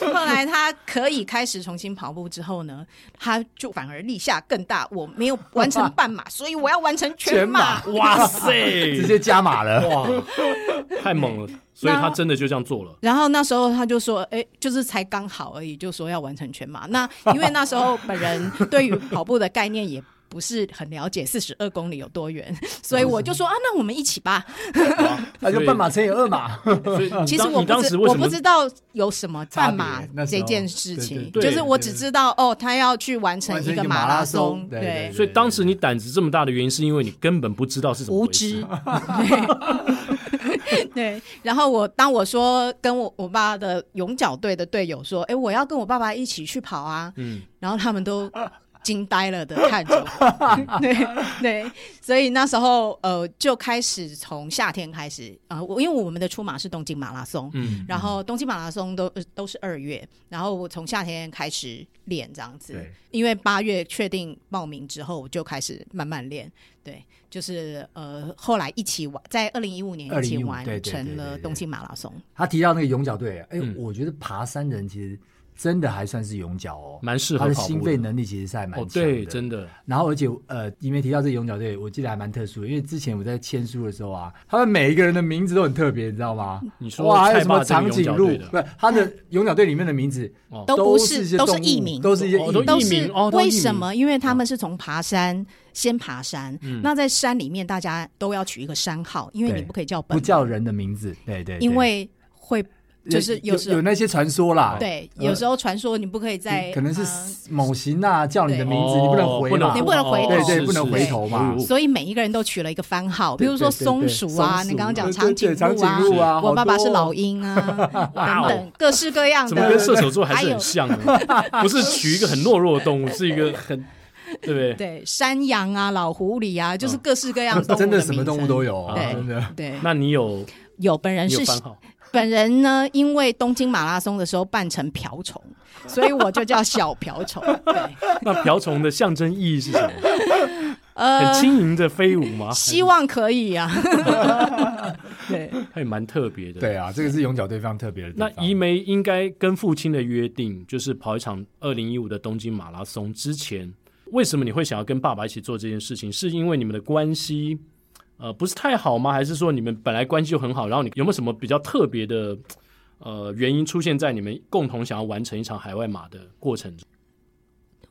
C: 后来他可以开始重新跑步之后呢，他就反而立下更大，我没有完成半马，所以我要完成全马。
B: 全
A: 哇塞，
B: 直接加码了。
A: 哇， 太猛了！所以他真的就这样做了。
C: 然后那时候他就说，哎，就是才刚好而已，就说要完成全马。那因为那时候本人对于跑步的概念也。不是很了解四十二公里有多远，所以我就说啊，那我们一起吧。
B: 那就
A: 所以
B: 半马乘以二马，
A: 所以哦你
C: 其实
A: 当
C: 我
A: 你
C: 不
A: 当
C: 知
A: 时为
C: 我
A: 什
C: 不
A: 么
C: 知道有什么半马
B: 差别那时
C: 这
B: 候
C: 件事情，
A: 对对对
C: 就是我只知道哦，他要去完成
B: 完成一
C: 个
B: 个
C: 马
B: 马拉
C: 拉
B: 松
C: 松，
B: 对对
C: 对
B: 对，
A: 所以当时你胆子这么大的原因，是因为你根本不知道是什么
C: 无
A: 回事
C: 知。对对，然后我当我说跟我我爸的勇脚队的队友说，哎，我要跟我爸爸一起去跑啊，
A: 嗯，
C: 然后他们都惊呆了的看着 我，对对，所以那时候呃就开始从夏天开始，呃，我因为我们的出马是东京马拉松，
A: 嗯，
C: 然后东京马拉松都呃都是二月，然后我从夏天开始练这样子
B: 对，
C: 因为八月确定报名之后，我就开始慢慢练，对，就是呃后来一起完，在二零一五年一起
B: 2015
C: 完
B: 对对对
C: 成
B: 对
C: 了
B: 对对
C: 东京马拉松，
B: 他提到那个勇脚队，哎、
A: 嗯
B: 我觉得爬山人其实真的还算是勇脚哦，
A: 蛮适合
B: 他的
A: 跑步的
B: 心肺能力其实是还蛮
A: 哦，
B: 强的、
A: 对，真的，
B: 然后而且呃，因为提到这个勇脚队，我记得还蛮特殊的，因为之前我在签书的时候啊，他们每一个人的名字都很特别，你知道吗？
A: 你说
B: 哇，还有
A: 蔡
B: 什
A: 爸
B: 么
A: 这个
B: 长
A: 勇
B: 颈
A: 脚
B: 鹿
A: 队？的，
B: 不，他的勇脚队里面的名字
A: 哦
C: 都不
B: 是
C: 是
B: 一些
C: 都是
B: 动物
C: 艺名
B: 都是一些
A: 哦都
B: 艺名
C: 都
A: 艺
C: 是
A: 名哦都
C: 为
A: 艺名
C: 什么？因为他们是从爬山先爬山，那在山里面大家都要取一个山号，因为
B: 嗯对
C: 你不可以叫本
B: 不
C: 名
B: 叫人的名字，对对对
C: 因为会就是有
B: 有
C: 时候
B: 那些传说啦，
C: 对，
B: 呃
C: 有时候传说你不可以在，
B: 可能
C: 呃
B: 是某型啊叫你的
C: 对
B: 名字，你不能
A: 哦
B: 回
A: 不
B: 嘛，
A: 能
C: 你不能回头
B: 对对
C: 是
B: 不能
C: 是
B: 回头嘛
A: 是。
C: 所以每一个人都取了一个番号，比
B: 对
C: 如说
B: 对对
C: 松
B: 对
C: 鼠
B: 松
C: 啊，
B: 鼠
C: 你刚刚讲
B: 对
C: 长
B: 对
C: 颈
B: 对长
C: 鹿啊
B: 颈，鹿啊，
C: 我
B: 好
C: 爸爸是
B: 多
C: 老 鹰啊，
A: 哇
C: 等
A: 哦
C: 等各式各样
A: 怎么跟
C: 的。
A: 射手座还是
C: 还
A: 很
C: 有
A: 像 呢？不是取一个很懦弱的动物，是一个很对不对？
C: 对，山羊啊，老狐狸啊，就是各式各样动物
B: 嗯 真
C: 的
B: 的什么
C: 名
B: 动物
C: 称
B: 都。有，
A: 啊
C: 对
B: 真的。
C: 对，
A: 那你有
C: 有本人
A: 你有
C: 是
A: 番号？
C: 本人呢，因为东京马拉松的时候扮成瓢虫， 所以我就叫小瓢虫。对，
A: 那瓢虫的象征意义是什么？很
C: 呃，
A: 轻盈的飞舞吗？
C: 希望可以 啊。对，
A: 还也蛮特别的。
B: 对啊，这个是勇角队非常特别的地
A: 那
B: 方。哦
A: 怡梅应该跟父亲的约定，就是跑一场二零一五的东京马拉松之前，为什么你会想要跟爸爸一起做这件事情？是因为你们的关系，呃，不是太好吗？还是说你们本来关系就很好，然后你有没有什么比较特别的，呃，原因出现在你们共同想要完成一场海外马的过程中？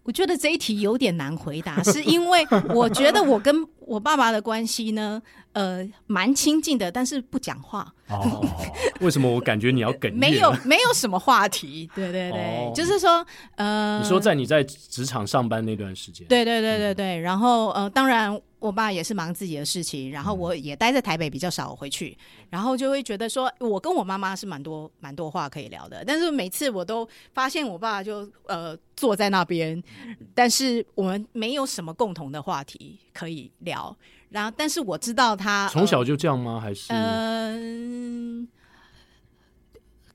C: 我觉得这一题有点难回答，是因为我觉得我跟 我爸爸的关系呢，呃，蛮亲近的，但是不讲话，
B: 哦，
A: 为什么我感觉你要哽咽？
C: 没有，没有什么话题。对对对，
A: 哦
C: 就是说，呃，
A: 你说在你在职场上班那段时间，
C: 对对对
A: 嗯
C: 对对，然后呃，当然我爸也是忙自己的事情，
A: 嗯
C: 然后我也待在台北比较少回去，然后就会觉得说，我跟我妈妈是蛮多蛮多话可以聊的，但是每次我都发现我爸就呃坐在那边，
A: 嗯
C: 但是我们没有什么共同的话题可以聊，然后但是我知道他
A: 从小就这样吗？还是、
C: 呃嗯、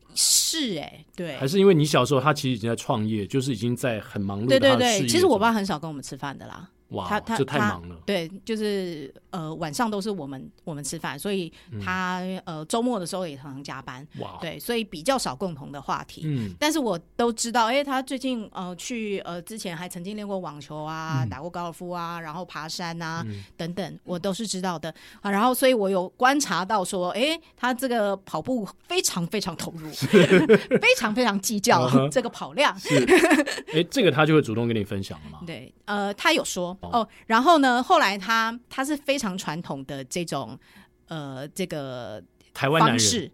C: 呃是哎、对
A: 还。是因为你小时候他其实已经在创业，就是已经在很忙碌
C: 对
A: 的
C: 对
A: 他的事业
C: 对，
A: 中。
C: 其实我爸很少跟我们吃饭的啦。
A: 哇，
C: 他他
A: 这太
C: 他
A: 忙了。
C: 对，就是呃晚上都是我们我们吃饭，所以
A: 嗯
C: 他、呃周末的时候也常常加班，
A: 哇，
C: 对，所以比较少共同的话题。
A: 嗯，
C: 但是我都知道，哎、他最近呃去呃之前还曾经练过网球啊，
A: 嗯
C: 打过高尔夫啊，然后爬山啊、等等，我都是知道的啊。然后，所以我有观察到说，哎、他这个跑步非常非常投入， 非常非常计较、
A: 嗯哼
C: 这个跑量，
A: 哎，这个他就会主动跟你分享了嘛？
C: 对，呃，他有说
A: 哦
C: 哦，然后呢，后来他他是非常传统的这种呃这个
A: 台湾男
C: 方
A: 人
C: 式，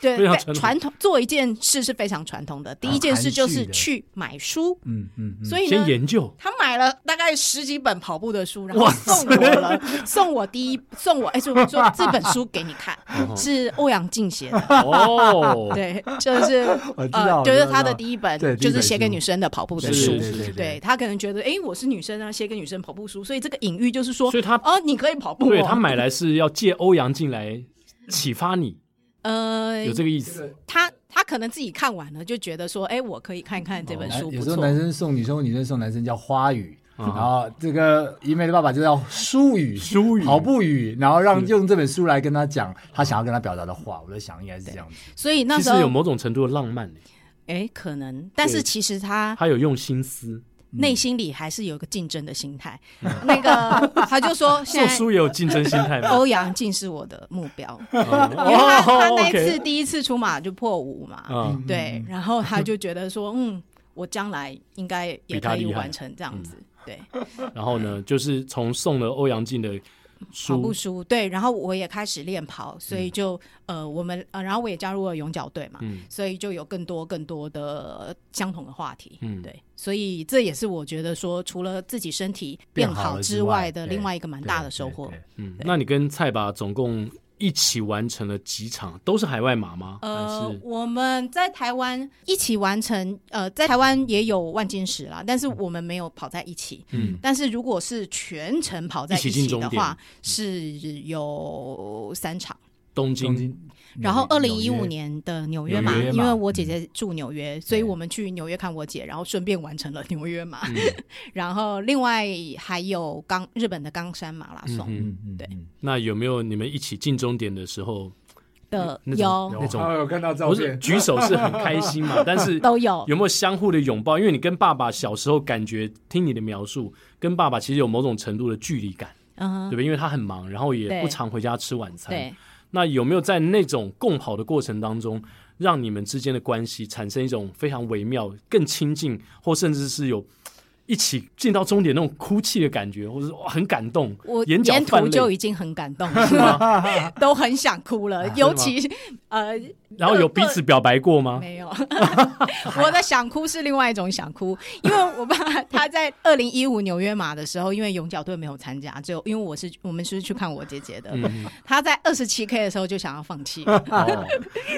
C: 对
A: 非常
C: 对
A: 传统
C: 传统做一件事是非常传统的。第一件事就
B: 含
C: 是
B: 蓄的
C: 去买书，
B: 嗯嗯嗯，
C: 所以
A: 先
C: 呢。
A: 研 究，
C: 他买了大概十几本跑步的书，然后
A: 哇
C: 送我了，送我第一，送我哎，是我说这本书给你看，是欧阳靖写的，
A: 哦，
C: 对，就是
B: 我知道
C: 呃，
B: 我
C: 就
B: 知
C: 是
B: 道
C: 他的
B: 知道
C: 第一本，
B: 对第
C: 就
B: 一
C: 是
B: 本
C: 写给
B: 书
C: 女生的跑步的
A: 是
C: 书，
A: 是
B: 是
C: 对他可能觉得，哎，我是女生啊，写给女生跑步书，所以这个隐喻就是说
A: 所，以他
C: 哦，你可以跑步、哦，
A: 对他，买来是要借欧阳进来启发 你，
C: 呃
A: 有，这个意思。
C: 他他可能自己看完了就觉得说，哎，我可以看看这
A: 哦
C: 本
B: 哦男
C: 书，
B: 有
C: 不
B: 时候
C: 错，啊
B: 男生送女生，女生送男生叫花语，
A: 嗯
B: 然后这个怡梅的爸爸就叫书 语，
A: 书语
B: 跑步语，然后让用这本书来跟他讲他想要跟他表达的话。我在想应该是这样子，
C: 所以那
A: 其
C: 时
A: 实有
C: 候，
A: 某种程度的浪漫，
C: 哎，可能，但是
A: 对嗯
C: 其实他
A: 他有用心思，
C: 内心里还是有一个竞争的 心态，那个他就说，现
A: 做
C: 在哦
A: 书也有竞争心态 嘛。
C: 欧阳靖是我的目标，因为他他
A: 哦
C: 那一次
A: ，OK，
C: 第一次出马就破五嘛，
A: 啊，
C: 对，然后他就觉得 说，嗯，我将来应该也
A: 比他
C: 可以
A: 厉害嗯
C: 完成这样子，对，
A: 然后呢，就是从送了欧阳靖的
C: 跑步
A: 书，
C: 输，对，然后我也开始练跑，所以就、呃，我们呃，然后我也加入了泳脚队嘛，
A: 嗯
C: 所以就有更多更多的相同的话题，
A: 嗯
C: 对，所以这也是我觉得说，除了自己身体
B: 变
C: 变
B: 好
C: 好
B: 了
C: 之
B: 之
C: 外
B: 外
C: 的
B: 对
C: 另外一个蛮
B: 对
C: 大的
B: 对
C: 收获
B: 对，
A: 嗯，那你跟蔡爸总共一起完成了几场，都是海外马吗？
C: 呃
A: 还是，
C: 我们在台湾一起完成，呃，在台湾也有万金石啦，但是我们没有跑在一起。
A: 嗯，
C: 但是如果是全程跑在
A: 一起进
C: 起
A: 终
C: 的
A: 点
C: 话，是有三场。
A: 东京嗯
C: 然后二
B: 纽
C: 零一五
B: 约
C: 年的纽
B: 纽
C: 约马，
B: 约
C: 因为
B: 嘛
C: 我姐姐住纽约，所以
B: 对
C: 我们去纽约看我姐，然后顺便完成了纽约马。
A: 嗯
C: 然后另外还有冈日本的冈山马拉松
A: 嗯
B: 嗯嗯
C: 对
B: 嗯
A: 那有没有你们一起进终点的时候，
C: 的
A: 那
C: 有
A: 那种
B: 啊有看到照
A: 不是
B: 片，
A: 举手是很开心嘛？但是
C: 都有，
A: 有没有相互的拥抱？因为你跟爸爸小时候感觉，听你的描述，跟爸爸其实有某种程度的距离感，对
C: 嗯
A: 不，对？因为他很忙，然后也
C: 对
A: 不常回家吃晚餐。
C: 对。
A: 那有没有在那种共跑的过程当中，让你们之间的关系产生一种非常微妙、更亲近，或甚至是有一起进到终点那种哭泣的感觉，或者是哇很感动，
C: 我
A: 眼角
C: 沿
A: 泛
C: 途
A: 泪，
C: 就已经很感 动了， 都很想哭
A: 啊
C: 了，尤其呃
A: 然后有彼此表白过吗？
C: 没有，我的想哭是另外一种想哭，因为 我爸他在二零一五纽约马的时候，因为泳脚队没有参加，只有因为我是我们是去看我姐姐的，
A: 嗯，
C: 他在二十七 K 的时候就想要 放弃了，
A: 哦，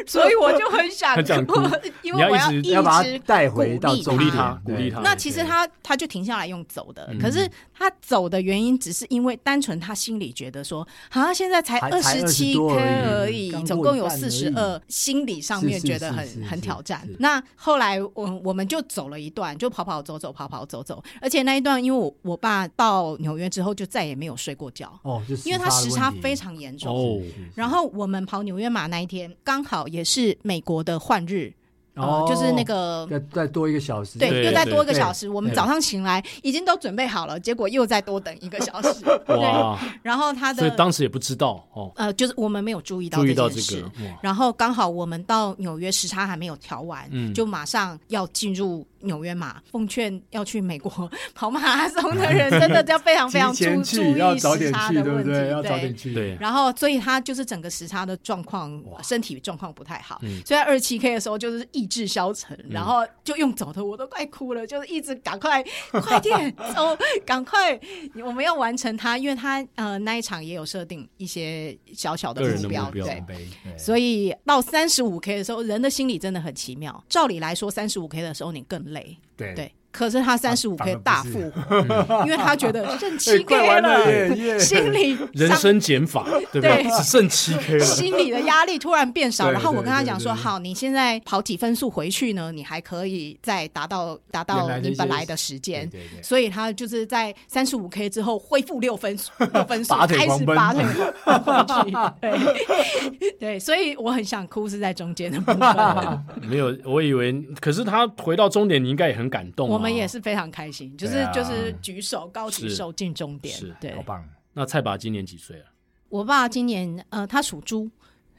C: 所以我就很想
A: 很想哭 你
C: 因为
A: 要
C: 我
A: 一
C: 要
A: 直
C: 一
B: 要把
C: 直
B: 它带回到
C: 鼓
B: 终
C: 励
B: 点
A: 他
B: 对
A: 鼓励他
C: 那其实
B: 对
C: 他他就停下来用走的
A: 嗯，
C: 可是他走的原因只是因为单纯他心里觉得说，啊，现在才
B: 才
C: 二
B: 才
C: 十七
B: 22
C: K
B: 而
C: 而
B: 已
C: 已
B: 刚过，
C: 总共有
B: 一半而
C: 四
B: 已
C: 十二，心理上面
B: 是是
C: 觉得很
B: 是是
C: 很
B: 是
C: 挑战
B: 是。
C: 那后来我我们就走了一段，就跑跑走走，跑跑走走，而且那一段因为我我爸到纽约之后就再也没有睡过觉，
B: 哦，就
C: 因为他时
B: 时
C: 差非常严重。
A: 哦
C: 然后我们跑纽约马那一天，刚好也是美国的换日，呃
B: 哦
C: 就是那个
B: 再再多一个小时，
A: 对
C: 嗯对，又再多一个
B: 对
C: 小时。我们
B: 对
C: 早上醒来已经都准备好了，结果又再多等一个小 时。对，
A: 哇，
C: 然后他
A: 所以
C: 的
A: 当时也不知道哦，
C: 呃，就是我们没有注意到
A: 注意到
C: 这
A: 这
C: 件事
A: 个。哦哇，
C: 然后刚好我们到纽约时差还没有调完，
A: 嗯
C: 就马上要进入纽约马。奉劝要去美国跑马拉松的 人，真的要非常非常
B: 提
C: 注
B: 前
C: 注
B: 去要
C: 意
B: 早
C: 时
B: 点
C: 差
B: 去，
C: 的
B: 对不
C: 问题。
B: 对？要早点去，
A: 对，
C: 然后，所以他就是整个时差的状况，身体状况不太好，
A: 嗯
C: 所以二七 K 的时候就是意志消沉，
B: 嗯
C: 然后就用走的，我都快哭了，就是一直赶快 快点走，赶快，我们要完成它，因为它呃那一场也有设定一些小小的
A: 个人
C: 目
A: 的
C: 标，
A: 目标哦
C: 对。
B: 杯，对
C: 所以到三十五 K 的时候，人的心理真的很奇妙。照理来说，三十五 K 的时候你更累，
B: 对
C: 对。可是他三十五
B: 反
C: K
B: 而不
C: 大
B: 是
C: 复活，因为他 觉得剩
B: 哎
C: 七
B: 快
C: K
B: 完了耶耶
C: 心里
A: 人
C: 上
A: 生减法，对不对？
C: 对
A: 只剩七 K 了，
C: 心理的压力突然变少，
B: 对
C: 然后我跟他讲
B: 对
C: 说：“
B: 对对
C: 好，你现在跑几分数回去呢？你还可以再达到达
B: 原
C: 到
B: 来的一
C: 你本
B: 些
C: 来的时间。
B: 对对对”
C: 所以他就是在三十五 K 之后恢复六分数六分数，
B: 拔腿
C: 开
B: 狂
C: 始
B: 奔
C: 拔腿狂 奔回去。对对，所以我很想哭是在中间的部
B: 哦
C: 分，
A: 嗯没有，我以为，可是他回到终点，你应该也很感动、啊。
C: 我们也是非常开心，就是
B: 对啊
C: 就是举手高举
A: 是
C: 手进终点
A: 是。
C: 对
B: 好，棒，
A: 那蔡爸今年几岁啊？
C: 我爸今年呃，他属猪，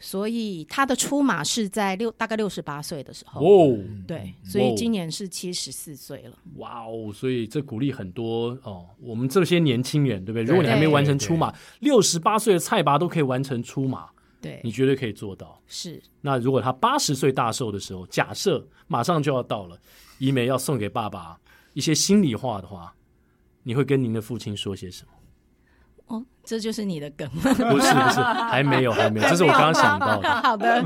C: 所以他的出马是在六大概六十八岁的时候。
A: 哦，
C: 对，
B: 嗯
C: 所
A: 哇哦
C: 以今年是七十四岁了。
A: 哇哦！所以这鼓励很多哦，我们这些年轻人，对不对？如果你还没完成出马，六十八岁的蔡爸都可以完成出马，
C: 对
A: 你，绝对可以做到。
C: 是
A: 那如果他八十岁大寿的时候，假设马上就要到了，怡美要送给爸爸一些心里话的话，你会跟您的父亲说些 什么？
C: 哦，这就是你的梗。
A: 不是不是，还没有还没有， 这是我刚刚想到 的。
C: 好的，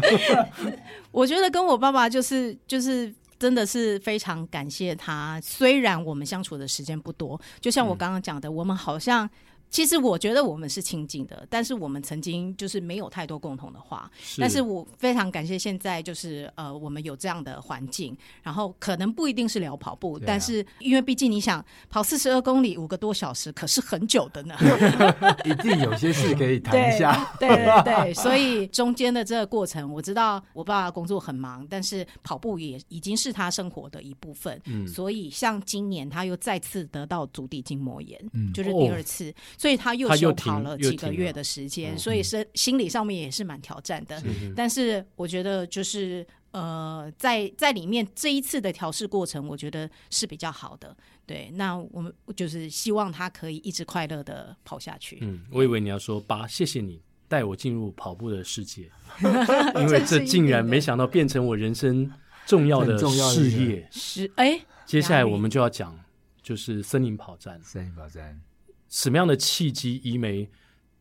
C: 我觉得跟我爸爸就是就是。真的是非常感谢他，虽然我们相处的时间不多，就像我刚刚讲的，我们好像其实我觉得我们是亲近的，但是我们曾经就是没有太多共同的话，但是我非常感谢现在就是呃，我们有这样的环境，然后可能不一定是聊跑步，
B: 对啊
C: 但是因为毕竟你想跑四十二公里五个多小时，可是很久的呢。
B: 一定有些事可以谈一
C: 对
B: 下，
C: 对对对，所以中间的这个过程，我知道我爸爸工作很忙，但是跑步也已经是他生活的一部分。
A: 嗯
C: 所以像今年他又再次得到足底筋膜炎，
B: 嗯
C: 就是第二次，所以他又
A: 他又
C: 休
A: 停
C: 跑了
A: 又
C: 几个
A: 停
C: 月
A: 了
C: 的时
A: 嗯
C: 间，所以是心理上面也是蛮挑战的。但是我觉得就是呃，在在里面这一次的调试过程，我觉得是比较好的。对，那我们就是希望他可以一直快乐的跑下去。
A: 嗯，我以为你要说爸，谢谢你带我进入跑步的世 界，因为这竟然没想到变成我人生重要的
B: 很重要的
A: 事
B: 一个
A: 业。
C: 是哎，
A: 接下来我们就要讲，就是森林跑站，
B: 森林保山，
A: 什么样的契机，怡梅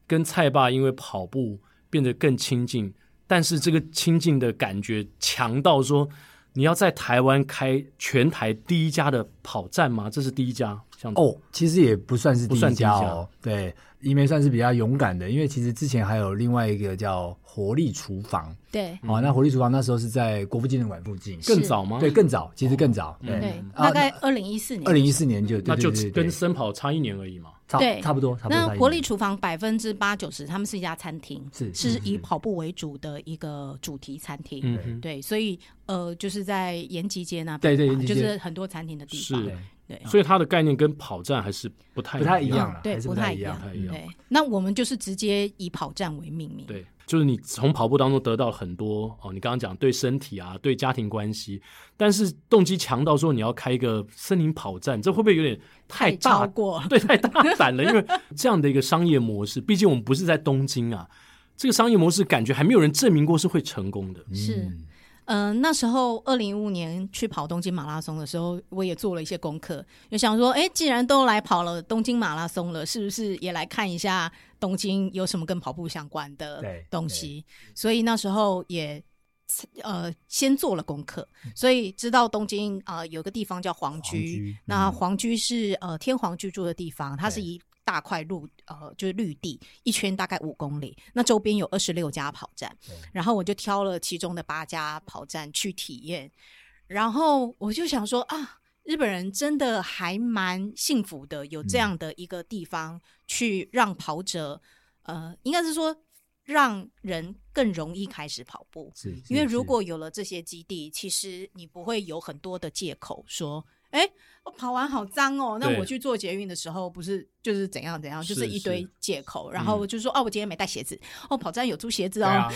A: 跟蔡爸因为跑步变得更亲近，但是这个亲近的感觉强到说，你要在台湾开全台第一家的跑站吗？这是第一家，像
B: 哦，其实也不算是第
A: 不算
B: 一
A: 第一家
B: 家哦，对，因为算是比较勇敢的，因为其实之前还有另外一个叫活力厨房，
C: 对
B: 哦，那活力厨房那时候是在国父纪念馆附近，
A: 更早吗？
B: 对，更早，其实更早，对，
C: 对，
B: 啊
C: 大概二零一四年。
B: 二零一四年就
A: 那
B: 对
A: 就
B: 对对对
A: 跟森跑差一年而已嘛。
B: 差
C: 对
B: 差不多，差不多
C: 那
B: 差一
C: 活
B: 年
C: 力厨房百分之八九十，他们是一家餐厅，
B: 是
C: 是以跑步为主的一个主题餐厅。
A: 嗯哼，
C: 对，所以呃，就是在延吉街那边
B: 对对
C: 嘛
B: 延吉
C: 就
B: 街
C: 是很多餐厅的地
A: 是
C: 方。对
A: 所以它的概念跟跑站还是不太
B: 不太一
A: 样
B: 样。了，啊
C: 对
B: 还是
C: 不
B: 太
C: 太一
B: 样
A: 不。太一样。
C: 对，那我们就是直接以跑站为命名。
A: 对，就是你从跑步当中得到很多哦，你刚刚讲对身体啊，对家庭关系，但是动机强到说你要开一个森林跑站，这会不会有点太
C: 太
A: 大
C: 超过
A: 对，太大胆了，因为这样的一个商业模式，毕竟我们不是在东京啊，这个商业模式感觉还没有人证明过是会成功的。
C: 是，嗯、那时候二零一五年去跑东京马拉松的时候，我也做了一些功课，就想说，哎，既然都来跑了东京马拉松了，是不是也来看一下东京有什么跟跑步相关的
B: 对
C: 东西？所以那时候也。呃，先做了功课，
B: 嗯
C: 所以知道东京啊、呃有个地方叫皇居，
B: 皇居
C: 那皇居是呃天皇居住的地方，它是
B: 对
C: 一大块陆呃就是绿地，一圈大概五公里，那周边有二十六家跑站，然后我就挑了其中的八家跑站去体验，然后我就想说啊，日本人真的还蛮幸福的，有这样的一个地方去让跑者，呃，应该是说让人更容易开始跑步，
B: 是，
C: 因为
B: 是
C: 如
B: 是
C: 果有了这些基地，其实你不会有很多的借口说。哎，我跑完好脏哦！那
A: 对
C: 我去做捷运的时候，不是就是怎样怎样，就是
A: 是
C: 一
A: 是
C: 堆借口，然后就说、哦，我今天没带鞋子，哦，跑站有租鞋子
B: 嗯对
C: 哦，
B: 啊，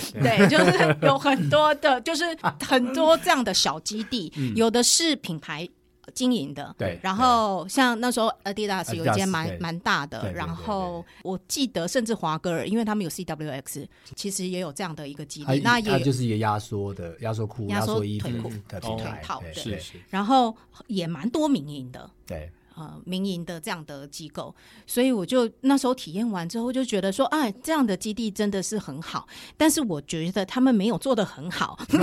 C: 对，就是有很多的，就是很多这样的小基地，有的是品牌经营的，
B: 嗯对
C: 然后像那时候 Adidas 有一
B: Adidas，
C: 间蛮
B: 对
C: 蛮大
B: 对
C: 的，
B: 对对
C: 然后我记得甚至华歌尔，因为他们有 CWX，其实也有这样的一个基
B: 它
C: 地，那
B: 它
C: 也
B: 就
C: 有。
B: 是一个压缩的压缩裤、压
C: 压缩
B: 缩衣服
C: 腿裤哦
B: 的
A: 腿
B: 品牌
C: 套，
B: 对
C: 对
A: 是是，
C: 然后也蛮多民营的，
B: 对，
C: 呃民营的这样的机构，所以我就那时候体验完之后就觉得说，哎，这样的基地真的是很好，但是我觉得他们没有做的很好，
A: 你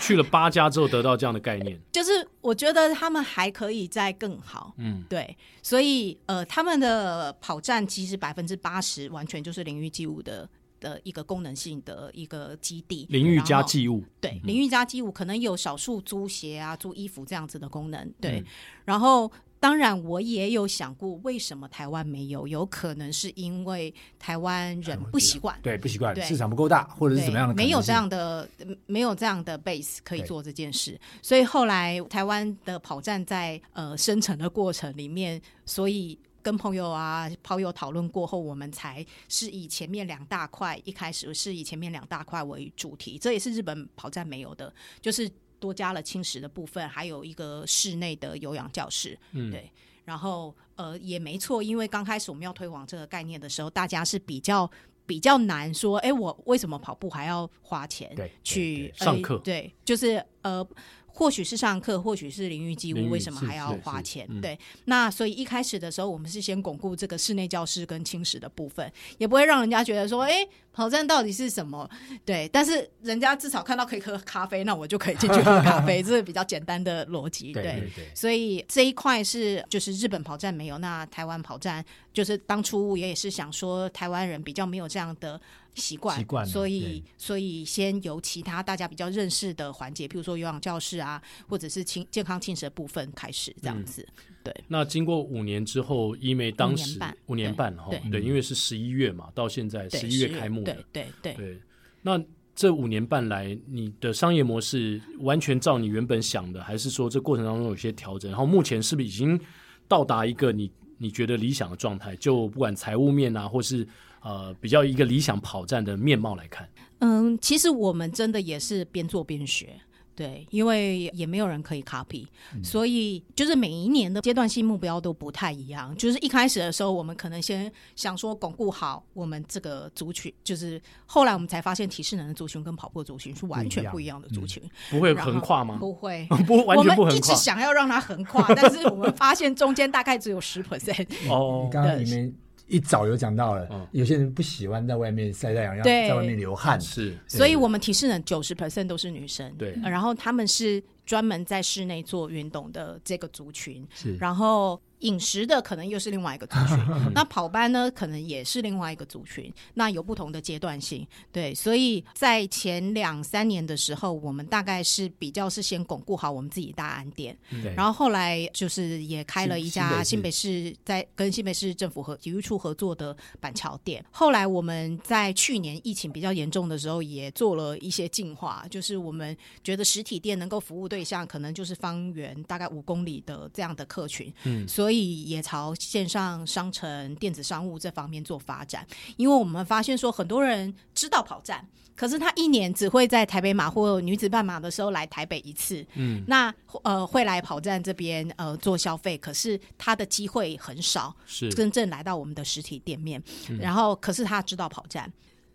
A: 去了八家之后得到这样的概念，
C: 就是我觉得他们还可以再更好，
A: 嗯，
C: 对，所以呃，他们的跑站其实百分之八十完全就是淋浴机务的的一个功能性的一个基地，
A: 淋浴
C: 然
A: 加
C: 后
A: 寄物，
B: 嗯
C: 对，淋浴加机务可能有少数租鞋啊、租衣服这样子的功能。对，
B: 嗯
C: 然后当然我也有想过，为什么台湾没有？有可能是因为台湾人不习惯，
B: 对，不习惯，
C: 对
B: 市场不够大，或者是
C: 对，
B: 怎么样的可能性，
C: 没有这样的嗯没有这样的 base 可以
B: 对
C: 做这件事，所以后来台湾的跑站在呃生成的过程里面，所以。跟朋友啊、跑友讨论过后，我们才是以前面两大块，一开始是以前面两大块为主题，这也是日本跑站没有的，就是多加了轻食的部分，还有一个室内的有氧教室，嗯，对。然后呃，也没错，因为刚开始我们要推广这个概念的时候，大家是比较比较难说，哎，我为什么跑步还要花钱
B: 对对
C: 去
A: 对上
C: 呃
A: 课
C: 对，就是呃。或许是上课，或许是淋浴机
A: 淋
C: 屋，
A: 浴
C: 为什么
A: 是
C: 还要
A: 是
C: 花
A: 是
C: 钱？
A: 嗯
C: 对，那所以一开始的时候，我们是先巩固这个室内教室跟轻食的部分，也不会让人家觉得说，哎、跑站到底是什么？对，但是人家至少看到可以喝咖啡，那我就可以进去喝咖 啡，这是比较简单的逻辑。
B: 对
C: 对
B: 对对
C: 所以这一块是就是日本跑站没有，那台湾跑站就是当初也也是想说台湾人比较没有这样的习惯，
B: 习惯嘛
C: 所以所以先由其他大家比较认识的环节，譬如说有氧教室啊，或者是轻健康轻食的部分开始这样子。
A: 嗯
C: 对，
A: 那经过五年之后，医美当时
C: 五年半
A: 哈
C: 对，
A: 对，因为是十一月嘛，到现在
C: 对
A: 十一月开幕的
C: 对，对对。
A: 对。那这五年半来，你的商业模式完全照你原本想的，还是说这过程当中有些调整？然后目前是不是已经到达一个你你觉得理想的状态？就不管财务面啊，或是呃比较一个理想跑站的面貌来看，
C: 嗯，其实我们真的也是边做边学。对，因为也没有人可以 copy，、所
A: 嗯
C: 以就是每一年的阶段性目标都不太一样。就是一开始的时候，我们可能先想说巩固好我们这个族群，就是后来我们才发现体适能的族群跟跑步的族群是完全不一样的族群，
A: 不嗯会
C: 然后
A: 横跨吗？
C: 不会，
A: 不， 完全不
C: 我们
A: 横
C: 一直
A: 跨
C: 想要让它横跨，但是我们发现中间大概只有十 percent，
A: 哦。
B: 刚刚你们一早有讲到
A: 嗯
B: 了，有些人不喜欢在外面晒太阳，要
C: 对
B: 在外面流汗，
A: 是
C: 所以我们体适能九十 percent 都是女生，
A: 对
C: 呃然后他们是专门在室内做运动的这个族群，
B: 是
C: 然后。饮食的可能又是另外一个族群，那跑班呢可能也是另外一个族群，那有不同的阶段性。对，所以在前两三年的时候，我们大概是比较是先巩固好我们自己大安店，
B: 嗯对
C: 然后后来就是也开了一
B: 新
C: 家新
B: 北
C: 北市在跟新北市政府和体育处合作的板桥店。后来我们在去年疫情比较严重的时候，也做了一些进化，就是我们觉得实体店能够服务对象可能就是方圆大概五公里的这样的客群，嗯，所以也朝线上商城、电子商务这方面做发展。因为我们发现说，很多人知道跑站，可是他一年只会在台北马或女子半马的时候来台北一次，嗯，那呃会来跑站这边呃做消费，可是他的机会很少，
A: 是嗯
C: 真正来到我们的实体店面，然后可是他知道跑站。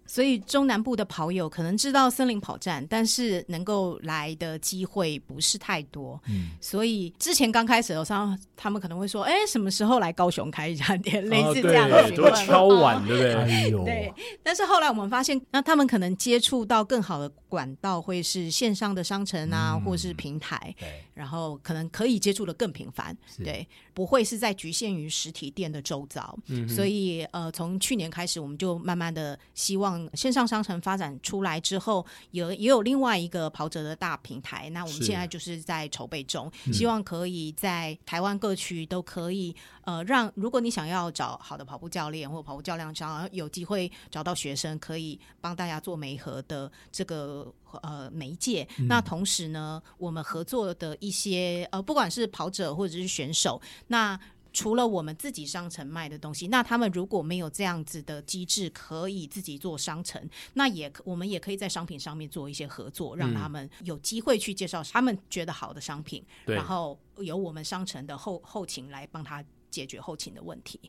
C: 所以中南部的跑友可能知道森林跑站，但是能够来的机会不是太多。嗯、所以之前刚开始的时候，他们可能会说：“哎、什么时候来高雄开一家店？”类似这样
A: 哦
C: 的
A: 对
C: 询
A: 都会
C: 问。
A: 敲碗，对不对？
B: 哎呦，
C: 对，但是后来我们发现，那他们可能接触到更好的管道，会是线上的商城啊，或是平台，
B: 对
C: 然后可能可以接触的更频繁，
B: 是
C: 对，不会是在局限于实体店的周遭。所以呃，从去年开始，我们就慢慢的希望线上商城发展出来之后，有也有另外一个跑者的大平台。那我们
A: 是
C: 现在就是在筹备中，希望可以在台湾各区都可以呃，让如果你想要找好的跑步教练或跑步教练，想要有机会找到学生，可以帮大家做媒合的这个呃媒介。那同时呢，我们合作的一些呃，不管是跑者或者是选手，那。除了我们自己商城卖的东西，那他们如果没有这样子的机制，可以自己做商城，那也可我们也可以在商品上面做一些合作，
A: 嗯
C: 让他们有机会去介绍他们觉得好的商品，
A: 对
C: 然后由我们商城的后后勤来帮他解决后勤的问题。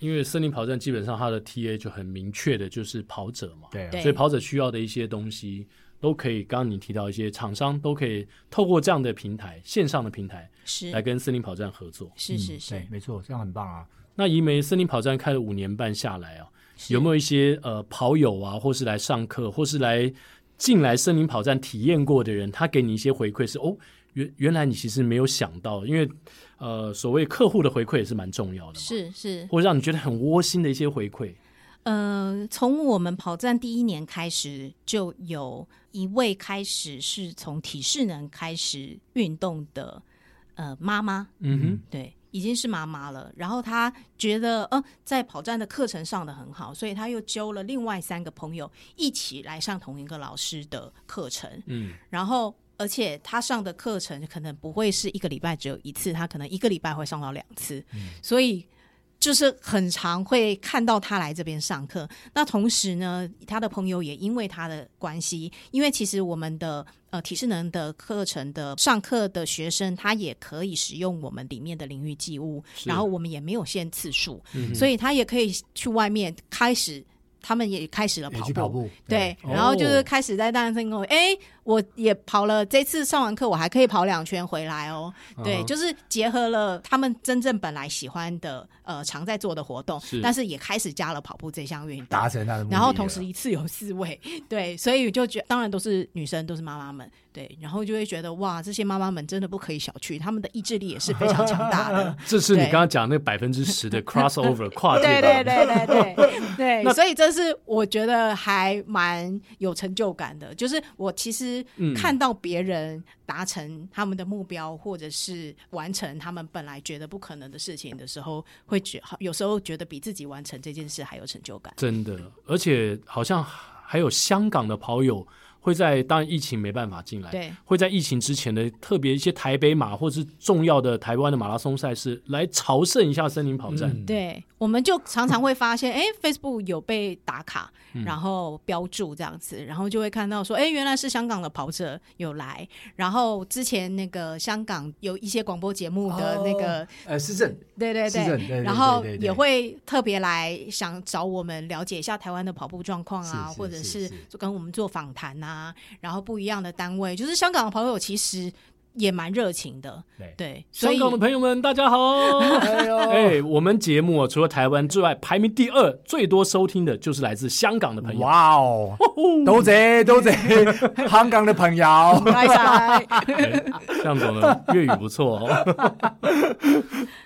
A: 因为森林跑站基本上它的 TA 就很明确的，就是跑者嘛，
B: 对啊
C: 对
A: 所以跑者需要的一些东西都可以。刚刚你提到一些厂商都可以透过这样的平台，线上的平台
C: 是
A: 来跟森林跑站合作。
C: 是是
B: 嗯
C: 是，
B: 对，没错，这样很棒啊。
A: 那怡梅森林跑站开了五年半下来啊，
C: 是
A: 有没有一些呃跑友啊，或是来上课，或是来进来森林跑站体验过的人，他给你一些回馈是哦，原原来你其实没有想到，因为呃所谓客户的回馈也是蛮重要的嘛，
C: 是是，
A: 或者让你觉得很窝心的一些回馈，
C: 呃，从我们跑站第一年开始，就有一位开始是从体适能开始运动的，呃，妈妈，
A: 嗯哼，
C: 对，已经是妈妈了。然后她觉得，呃，在跑站的课程上的很好，所以她又揪了另外三个朋友一起来上同一个老师的课程。
A: 嗯，
C: 然后。而且她上的课程可能不会是一个礼拜只有一次，她可能一个礼拜会上到两次，
B: 嗯
C: 所以就是很常会看到她来这边上课。那同时呢，他的朋友也因为他的关系，因为其实我们的呃体适能的课程的上课的学生，他也可以使用我们里面的淋浴剂物，
A: 是
C: 然后我们也没有限次数，
B: 嗯
C: 所以他也可以去外面开始。他们也开始了
B: 也
C: 跑
B: 去啊跑步，
C: 对，
A: 对
C: 然后就是
A: 哦
C: 开始在大人生跟我，哎、我也跑了，这次上完课我还可以跑两圈回来哦。
B: 嗯
C: 对，就是结合了他们真正本来喜欢的呃常在做的活动，
A: 是
C: 但是也开始加了跑步这项运动
B: 达。成他的目的了。
C: 然后同时一次有四位， 对，所以就觉当然都是女生，都是妈妈们，对，然后就会觉得哇，这些妈妈们真的不可以小觑，她们的意志力也是非常强大的。
A: 这是你
C: 对
A: 刚刚讲那百分之十 的 crossover 跨界
C: 对
A: 的，
C: 对对对对对，所以这是我觉得还蛮有成就感的，就是我其实看到别人达成他们的目标，或者是完成他们本来觉得不可能的事情的时候，会觉有时候觉得比自己完成这件事还有成就感。
A: 真的，而且好像还有香港的跑友会在，当然疫情没办法进来，
C: 对，
A: 会在疫情之前的特别一些台北马或是重要的台湾的马拉松赛事来朝圣一下森林跑
B: 嗯
A: 站，
C: 对，我们就常常会发现，哎，Facebook 有被打卡，然后标注这样子，然后就会看到说，哎，原来是香港的跑者有来，然后之前那个香港有一些广播节目的那个，
B: 呃，市政
C: 对对
B: 是的对对
C: 然后
B: 对对对
C: 也会特别来想找我们了解一下台湾的跑步状况啊，
B: 是是
C: 或者
B: 是
C: 是
B: 是
C: 跟我们做访谈啊，然后不一样的单位，就是香港的朋友其实。也蛮热情的，
A: 对
C: 对，所
A: 香
C: 以
A: 港的朋友们，大家 好！
B: 哎呦，
A: 哎，我们节目哦，除了台湾之外，排名第二最多收听的就是来自香港的朋友。
B: 哇 哦，
A: 呼
B: 都贼都 贼，香港的朋友，
C: 拜拜。
A: 哎向总的粤语不错哦。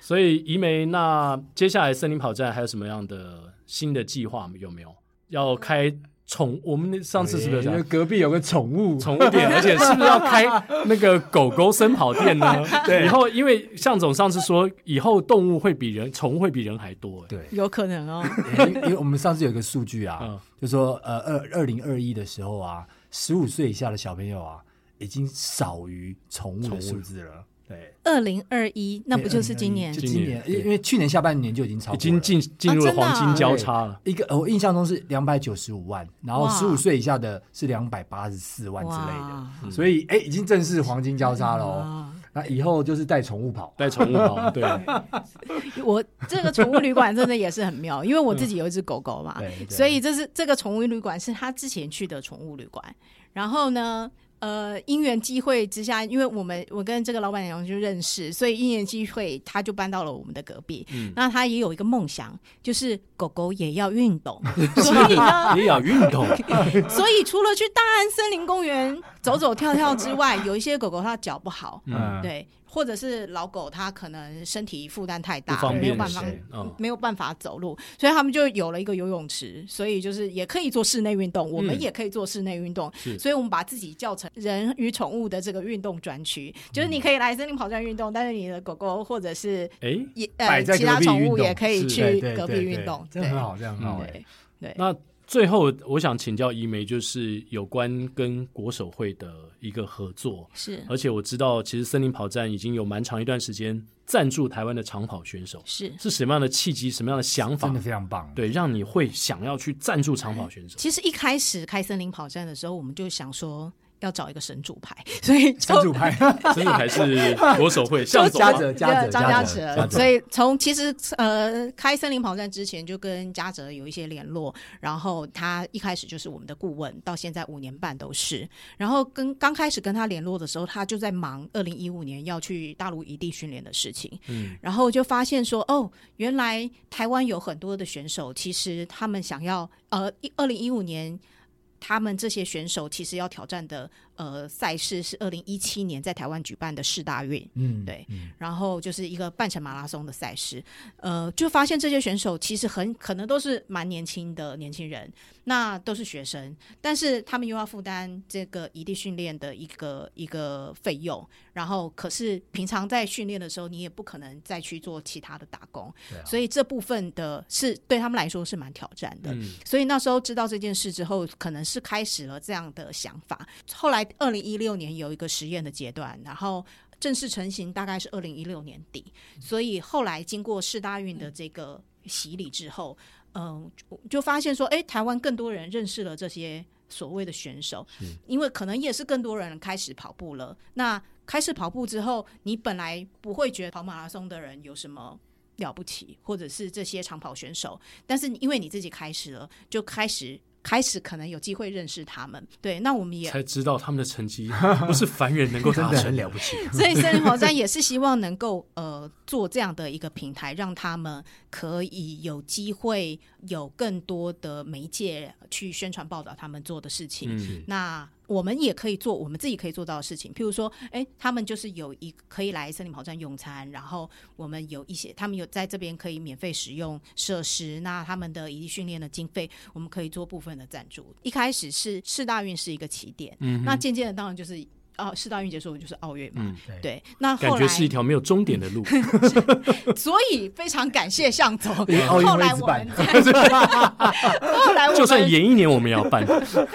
A: 所以怡梅，那接下来森林跑站还有什么样的新的计划吗有没有？要开宠？我们那上次是不是有
B: 哎因为
A: 讲
B: 隔壁有个宠物，
A: 宠物店？而且是不是要开那个狗狗森跑店呢？对，以后因为向总上次说，以后动物会比人，宠物会比人还多。哎
B: 对
C: 有可能哦，
B: 因因为我们上次有个数据
A: 嗯
B: 啊，就说呃二二零二一的时候啊，十五岁以下的小朋友啊，已经少于宠物的数字了。对，
C: 二零二一，那不就是今年
B: 就？
A: 今
B: 今
A: 年
B: 年，因因为去年下半年就已经超过
A: 已
B: 了，
A: 经进进入了
C: 啊真的啊
A: 黄金交叉了。
B: 一个呃我印象中是两百九十五万，然后
C: 哇
B: 十五岁以下的是两百八十四万之类
C: 哇
B: 的，所以哎，已经正式黄金交叉了哦。
C: 啊！
B: 那以后就是带宠物跑，
A: 带宠物跑， 对，
C: 我这个宠物旅馆真的也是很妙，因为我自己有一只狗狗嘛
B: 嗯对，对
C: 所以这是这个宠物旅馆是他之前去的宠物旅馆。然后呢，呃，因缘机会之下，因为我们我跟这个老板娘就认识，所以因缘机会他就搬到了我们的隔壁。
B: 嗯
C: 那他也有一个梦想，就是狗狗也要运 动，所以呢，
A: 也要运动，
C: 所以除了去大安森林公园走走跳跳之外，有一些狗狗它脚不好，
B: 嗯，
C: 对，或者是老狗它可能身体负担太
A: 不
C: 大，
A: 方
C: 没有
A: 便
C: 办法。
A: 谁嗯，
C: 没有办法走路，所以他们就有了一个游泳池，所以就是也可以做室内运
B: 嗯
C: 动，我们也可以做室内运动，
A: 是
C: 所以我们把自己叫成人与宠物的这个运动专区，就是你可以来森林跑站运动，但是你的狗狗或者是
A: 哎，
C: 也
B: 摆
C: 呃
B: 在
C: 其他
B: 隔壁
C: 宠
B: 运
C: 物
B: 动
C: 也可以
A: 是
C: 去
B: 对
C: 隔壁运动，
B: 这样很好，这样很好
A: 嗯
B: 哎。
C: 对对，
A: 那最后我想请教怡梅，就是有关跟国手会的一个合作，
C: 是
B: 呃
A: 而且我知道其实森林跑站已经有蛮长一段时间赞助台湾的长跑选手，
C: 是。
A: 是什么样的契机，什么样的想法
B: 真的，非常 棒。
A: 对，让你会想要去赞助长跑 选手？
C: 其实一开始开森林跑站的时候，我们就想说要找一个神主牌，所以
B: 神主
C: 就。
B: 牌，
A: 真的还是国手会向总
B: 嘉
A: 吗
B: 泽，嘉
C: 对
B: 泽，
C: 张
B: 嘉
C: 哲
B: 泽，嘉，泽
C: 所以从其实呃开森林跑站之前就跟嘉哲有一些联络，然后他一开始就是我们的顾问，到现在五年半都是。然后跟刚开始跟他联络的时候，他就在忙二零一五年要去大陆异地训练的事情，
A: 嗯，
C: 然后就发现说，哦，原来台湾有很多的选手，其实他们想要，呃，一二零一五年。他们这些选手其实要挑战的呃赛事是二零一七年在台湾举办的世大运，
B: 嗯，
C: 对，然后就是一个半程马拉松的赛事，呃，就发现这些选手其实很可能都是蛮年轻的年轻人，那都是学生，但是他们又要负担这个异地训练的一个一个费用，然后可是平常在训练的时候，你也不可能再去做其他的打工，
B: 对啊
C: 所以这部分的是对他们来说是蛮挑战的。
A: 嗯
C: 所以那时候知道这件事之后，可能是开始了这样的想法。后来二零一六年有一个实验的阶段，然后正式成型大概是二零一六年底。所以后来经过世大运的这个洗礼之后，嗯、我就发现说，哎，台湾更多人认识了这些所谓的选手，因为可能也是更多人开始跑步了。那开始跑步之后，你本来不会觉得跑马拉松的人有什么。了不起，或者是这些长跑选手，但是你因为你自己开始了，就开始开始可能有机会认识他们。对，那我们也
A: 才知道他们的成绩 不是凡人能够
B: 真
A: 达
B: 的很
A: 成
B: 了不起。
C: 所以森林火山也是希望能够呃做这样的一个平台，让他们可以有机会有更多的媒介去宣传报道他们做的事情。
A: 嗯
C: 那我们也可以做我们自己可以做到的事情，譬如说，哎，他们就是有一可以来森林跑站用餐，然后我们有一些他们有在这边可以免费使用设施，那他们的一地训练的经费，我们可以做部分的赞助。一开始是世大运是一个起点，
A: 嗯哼
C: 那渐渐的当然就是。哦，世大运结束，我们就是奥运嘛。
A: 嗯
B: 对
C: 对，那
A: 感
C: 后
A: 觉
C: 来，
A: 是一条没有终点的路。
C: 所以非常感谢 向总。
A: 哦
C: 后
B: 奥运会
C: 来
B: 一直
C: 我
B: 办
C: 们， 后来我
A: 就算
C: 们，
A: 延一年，我们也要办。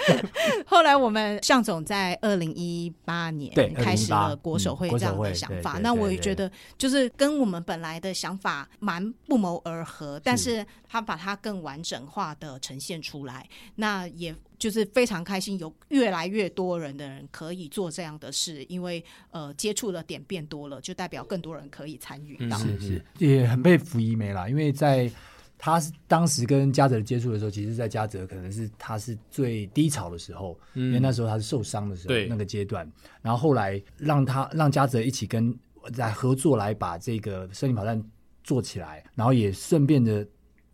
C: 后来我们向总在二零一八年
B: 对
C: 开始了
B: 2018
C: 国手会
B: 嗯国
C: 这样
B: 手
C: 的
B: 会
C: 想
B: 对
C: 法。
B: 对
C: 那
B: 对
C: 我也
B: 对
C: 觉得，就是跟我们本来的想法蛮不谋而合，但是他把它更完整化的呈现出来，那也。就是非常开心，有越来越多人的人可以做这样的事，因为呃接触的点变多了，就代表更多人可以参与到。
A: 嗯
B: 是是，也很佩服怡梅啦，因为在他是当时跟嘉泽的接触的时候，其实，在嘉泽可能是他是最低潮的时候，因为那时候他是受伤的时候
A: 对
B: 那个阶段。然后后来让他让嘉泽一起跟来合作，来把这个森林跑站做起来，然后也顺便的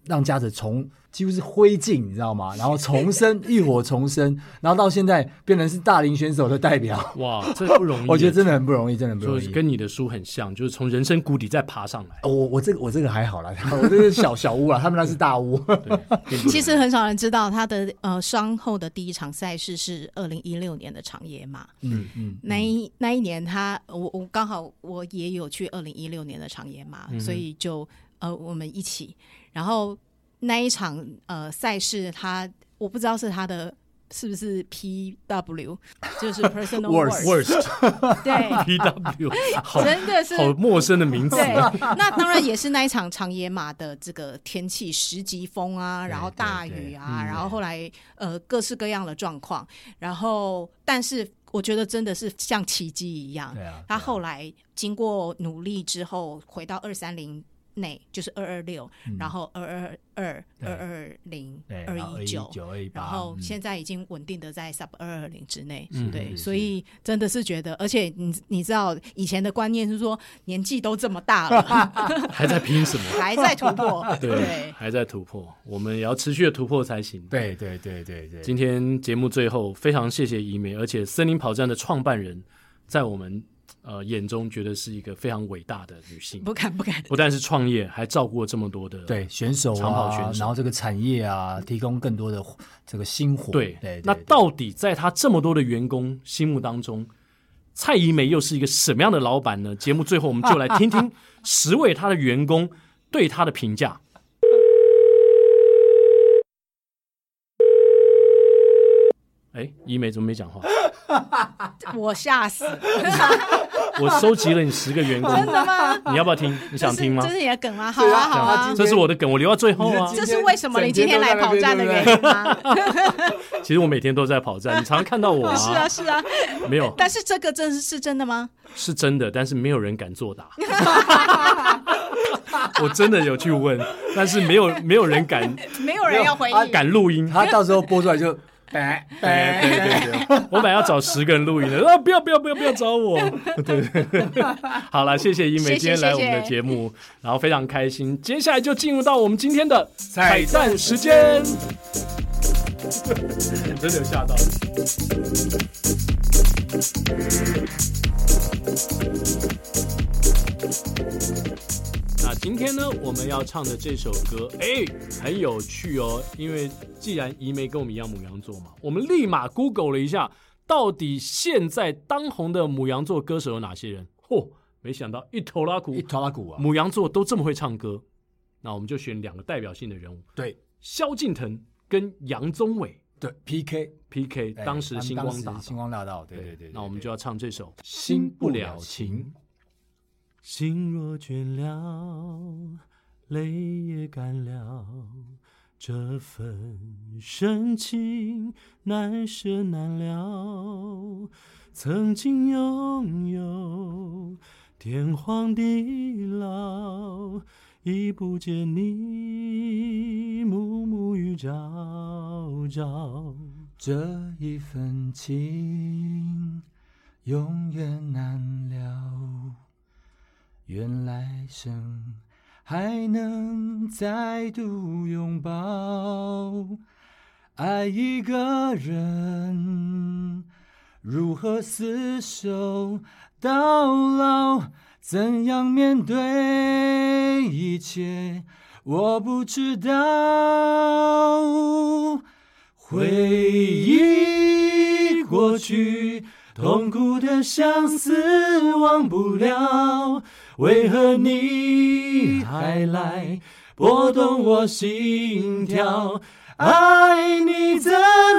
B: 让嘉泽从几乎是灰烬，你知道吗？然后重生，浴火重生，然后到现在变成是大龄选手的代表，
A: 哇，这不容易。
B: 我觉得真的很不容易，真的很不容
A: 就
B: 易
A: 是。跟你的书很像，就是从人生谷底再爬上 来。
B: 哦我我这个我这个还 好啦，我这是小小屋啦，他们那是大屋。
A: 对，啊并不 容易
C: 其实很少人知道他的呃伤后的第一场赛事是二零一六年的长野马，
B: 嗯嗯，
C: 那一那一年他我我刚好我也有去二零一六年的长野马，
B: 嗯
C: 所以就呃我们一起，然后那一场呃赛事他我不知道是他的。是不是 P W 就是 personal
B: Worst
C: worst？
A: worst
C: 对，
A: P W，好
C: 真的是
A: 好陌生的名字。
C: 对，那当然也是那一场长野马的这个天气，十级风啊，然后大雨啊，
B: 嗯
C: 然后后来呃各式各样的状况，然后但是我觉得真的是像奇迹一样
B: 对，啊，
C: 他后来经过努力之后，回到二三零。内就是二二六，然后二二二、
B: 嗯对
C: 二二零、
B: 对，
C: 二
B: 一
C: 一
B: 九
C: 九、
B: 二一八，
C: 然后
B: 嗯
C: 现在已经稳定的在 sub 二二零之内，
A: 嗯
C: 对，
B: 是
C: 所以真的是觉得，而且你你知道以前的观念是说年纪都这么大了，
A: 还在拼什么？
C: 还在突破，
A: 对，
C: 对，
A: 还在突破，我们也要持续的突破才行。
B: 对对对对对，
A: 今天节目最后，非常谢谢怡美，而且森林跑站的创办人，在我们呃眼中，觉得是一个非常伟大的女性。
C: 不敢不敢，
A: 不但是创业，还照顾了这么多的
B: 对选手
A: 长跑
B: 啊，
A: 选手
B: 然后这个产业啊，提供更多的这个薪火。
A: 对
B: 对，
A: 那
B: 对
A: 到底在他这么多的员工心目当中，蔡怡梅又是一个什么样的老板呢？节目最后我们就来听听十位他的员工对他的评价。哎，怡梅怎么没 讲话？
C: 我吓死，
A: 我收集了你十个员工，
C: 真的吗？
A: 你要不要听？你想听吗
C: 这？是这是你的梗吗？好
B: 对
C: 啊
B: 啊
C: 好啊
B: 今天，
A: 这是我的梗，我留到最后啊
B: 你。
C: 这是为什么你今天来跑站的原因吗？
A: 其实我每天都在跑站，你常常看到我
C: 是啊是啊，
A: 没有
C: 但是这个真是是真的吗？
A: 是真的，但是没有人敢作答。我真的有去问，但是没有没有人敢
C: 没有人要回
B: 没有啊
C: 应，
A: 敢录音。
B: 他到时候播出来就，对
A: 哎对对对对，我本来要找十个人录音的，啊，不要不要不要不要找我。对， 好了，谢谢一梅
C: 谢谢
A: 今天来我们的
C: 谢谢
A: 节目，然后非常开心。接下来就进入到我们今天的彩
B: 彩
A: 蛋时间。真的有吓到。那今天呢，我们要唱的这首歌，哎，很有趣哦。因为既然怡梅跟我们一样母羊座嘛，我们立马 Google 了一下，到底现在当红的母羊座歌手有哪些人？嚯，没想到一头拉
B: 一
A: 苦，
B: 头拉鼓啊，
A: 母羊座都这么会唱歌。那我们就选两个代表性的人物，
B: 对
A: 萧敬腾跟杨宗纬
B: 对 PK，
A: PK，
B: 哎
A: 当时
B: 他们
A: 星光大
B: 当
A: 道
B: 时。星光大道，对对对，
A: 那我们就
B: 要
A: 要唱这首《
B: 新不了
A: 情
B: 情》。
A: 心若倦了，泪也干了，这份深情难舍难了。曾经拥有，天荒地老，已不见你暮暮与朝朝。
B: 这一份情永远难了，愿来生还能再度拥抱。爱一个人，如何厮守到老？怎样面对一切？我不知道。回忆过去，痛苦的相思忘不了。为何你还来拨动我心跳？爱你怎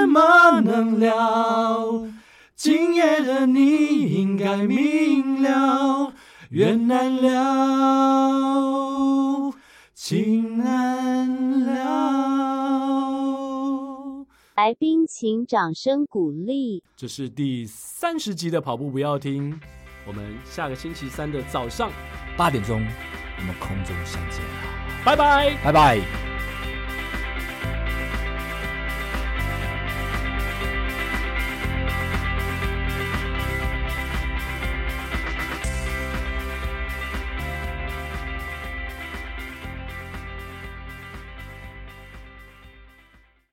B: 么能了？今夜的你应该明了，缘难了，情难了。
D: 来宾请掌声鼓励。
A: 这是第三十集的跑步不要停，我们下个星期三的早上，
B: 八点钟，我们空中相见啦，
A: 拜拜。
B: 拜拜。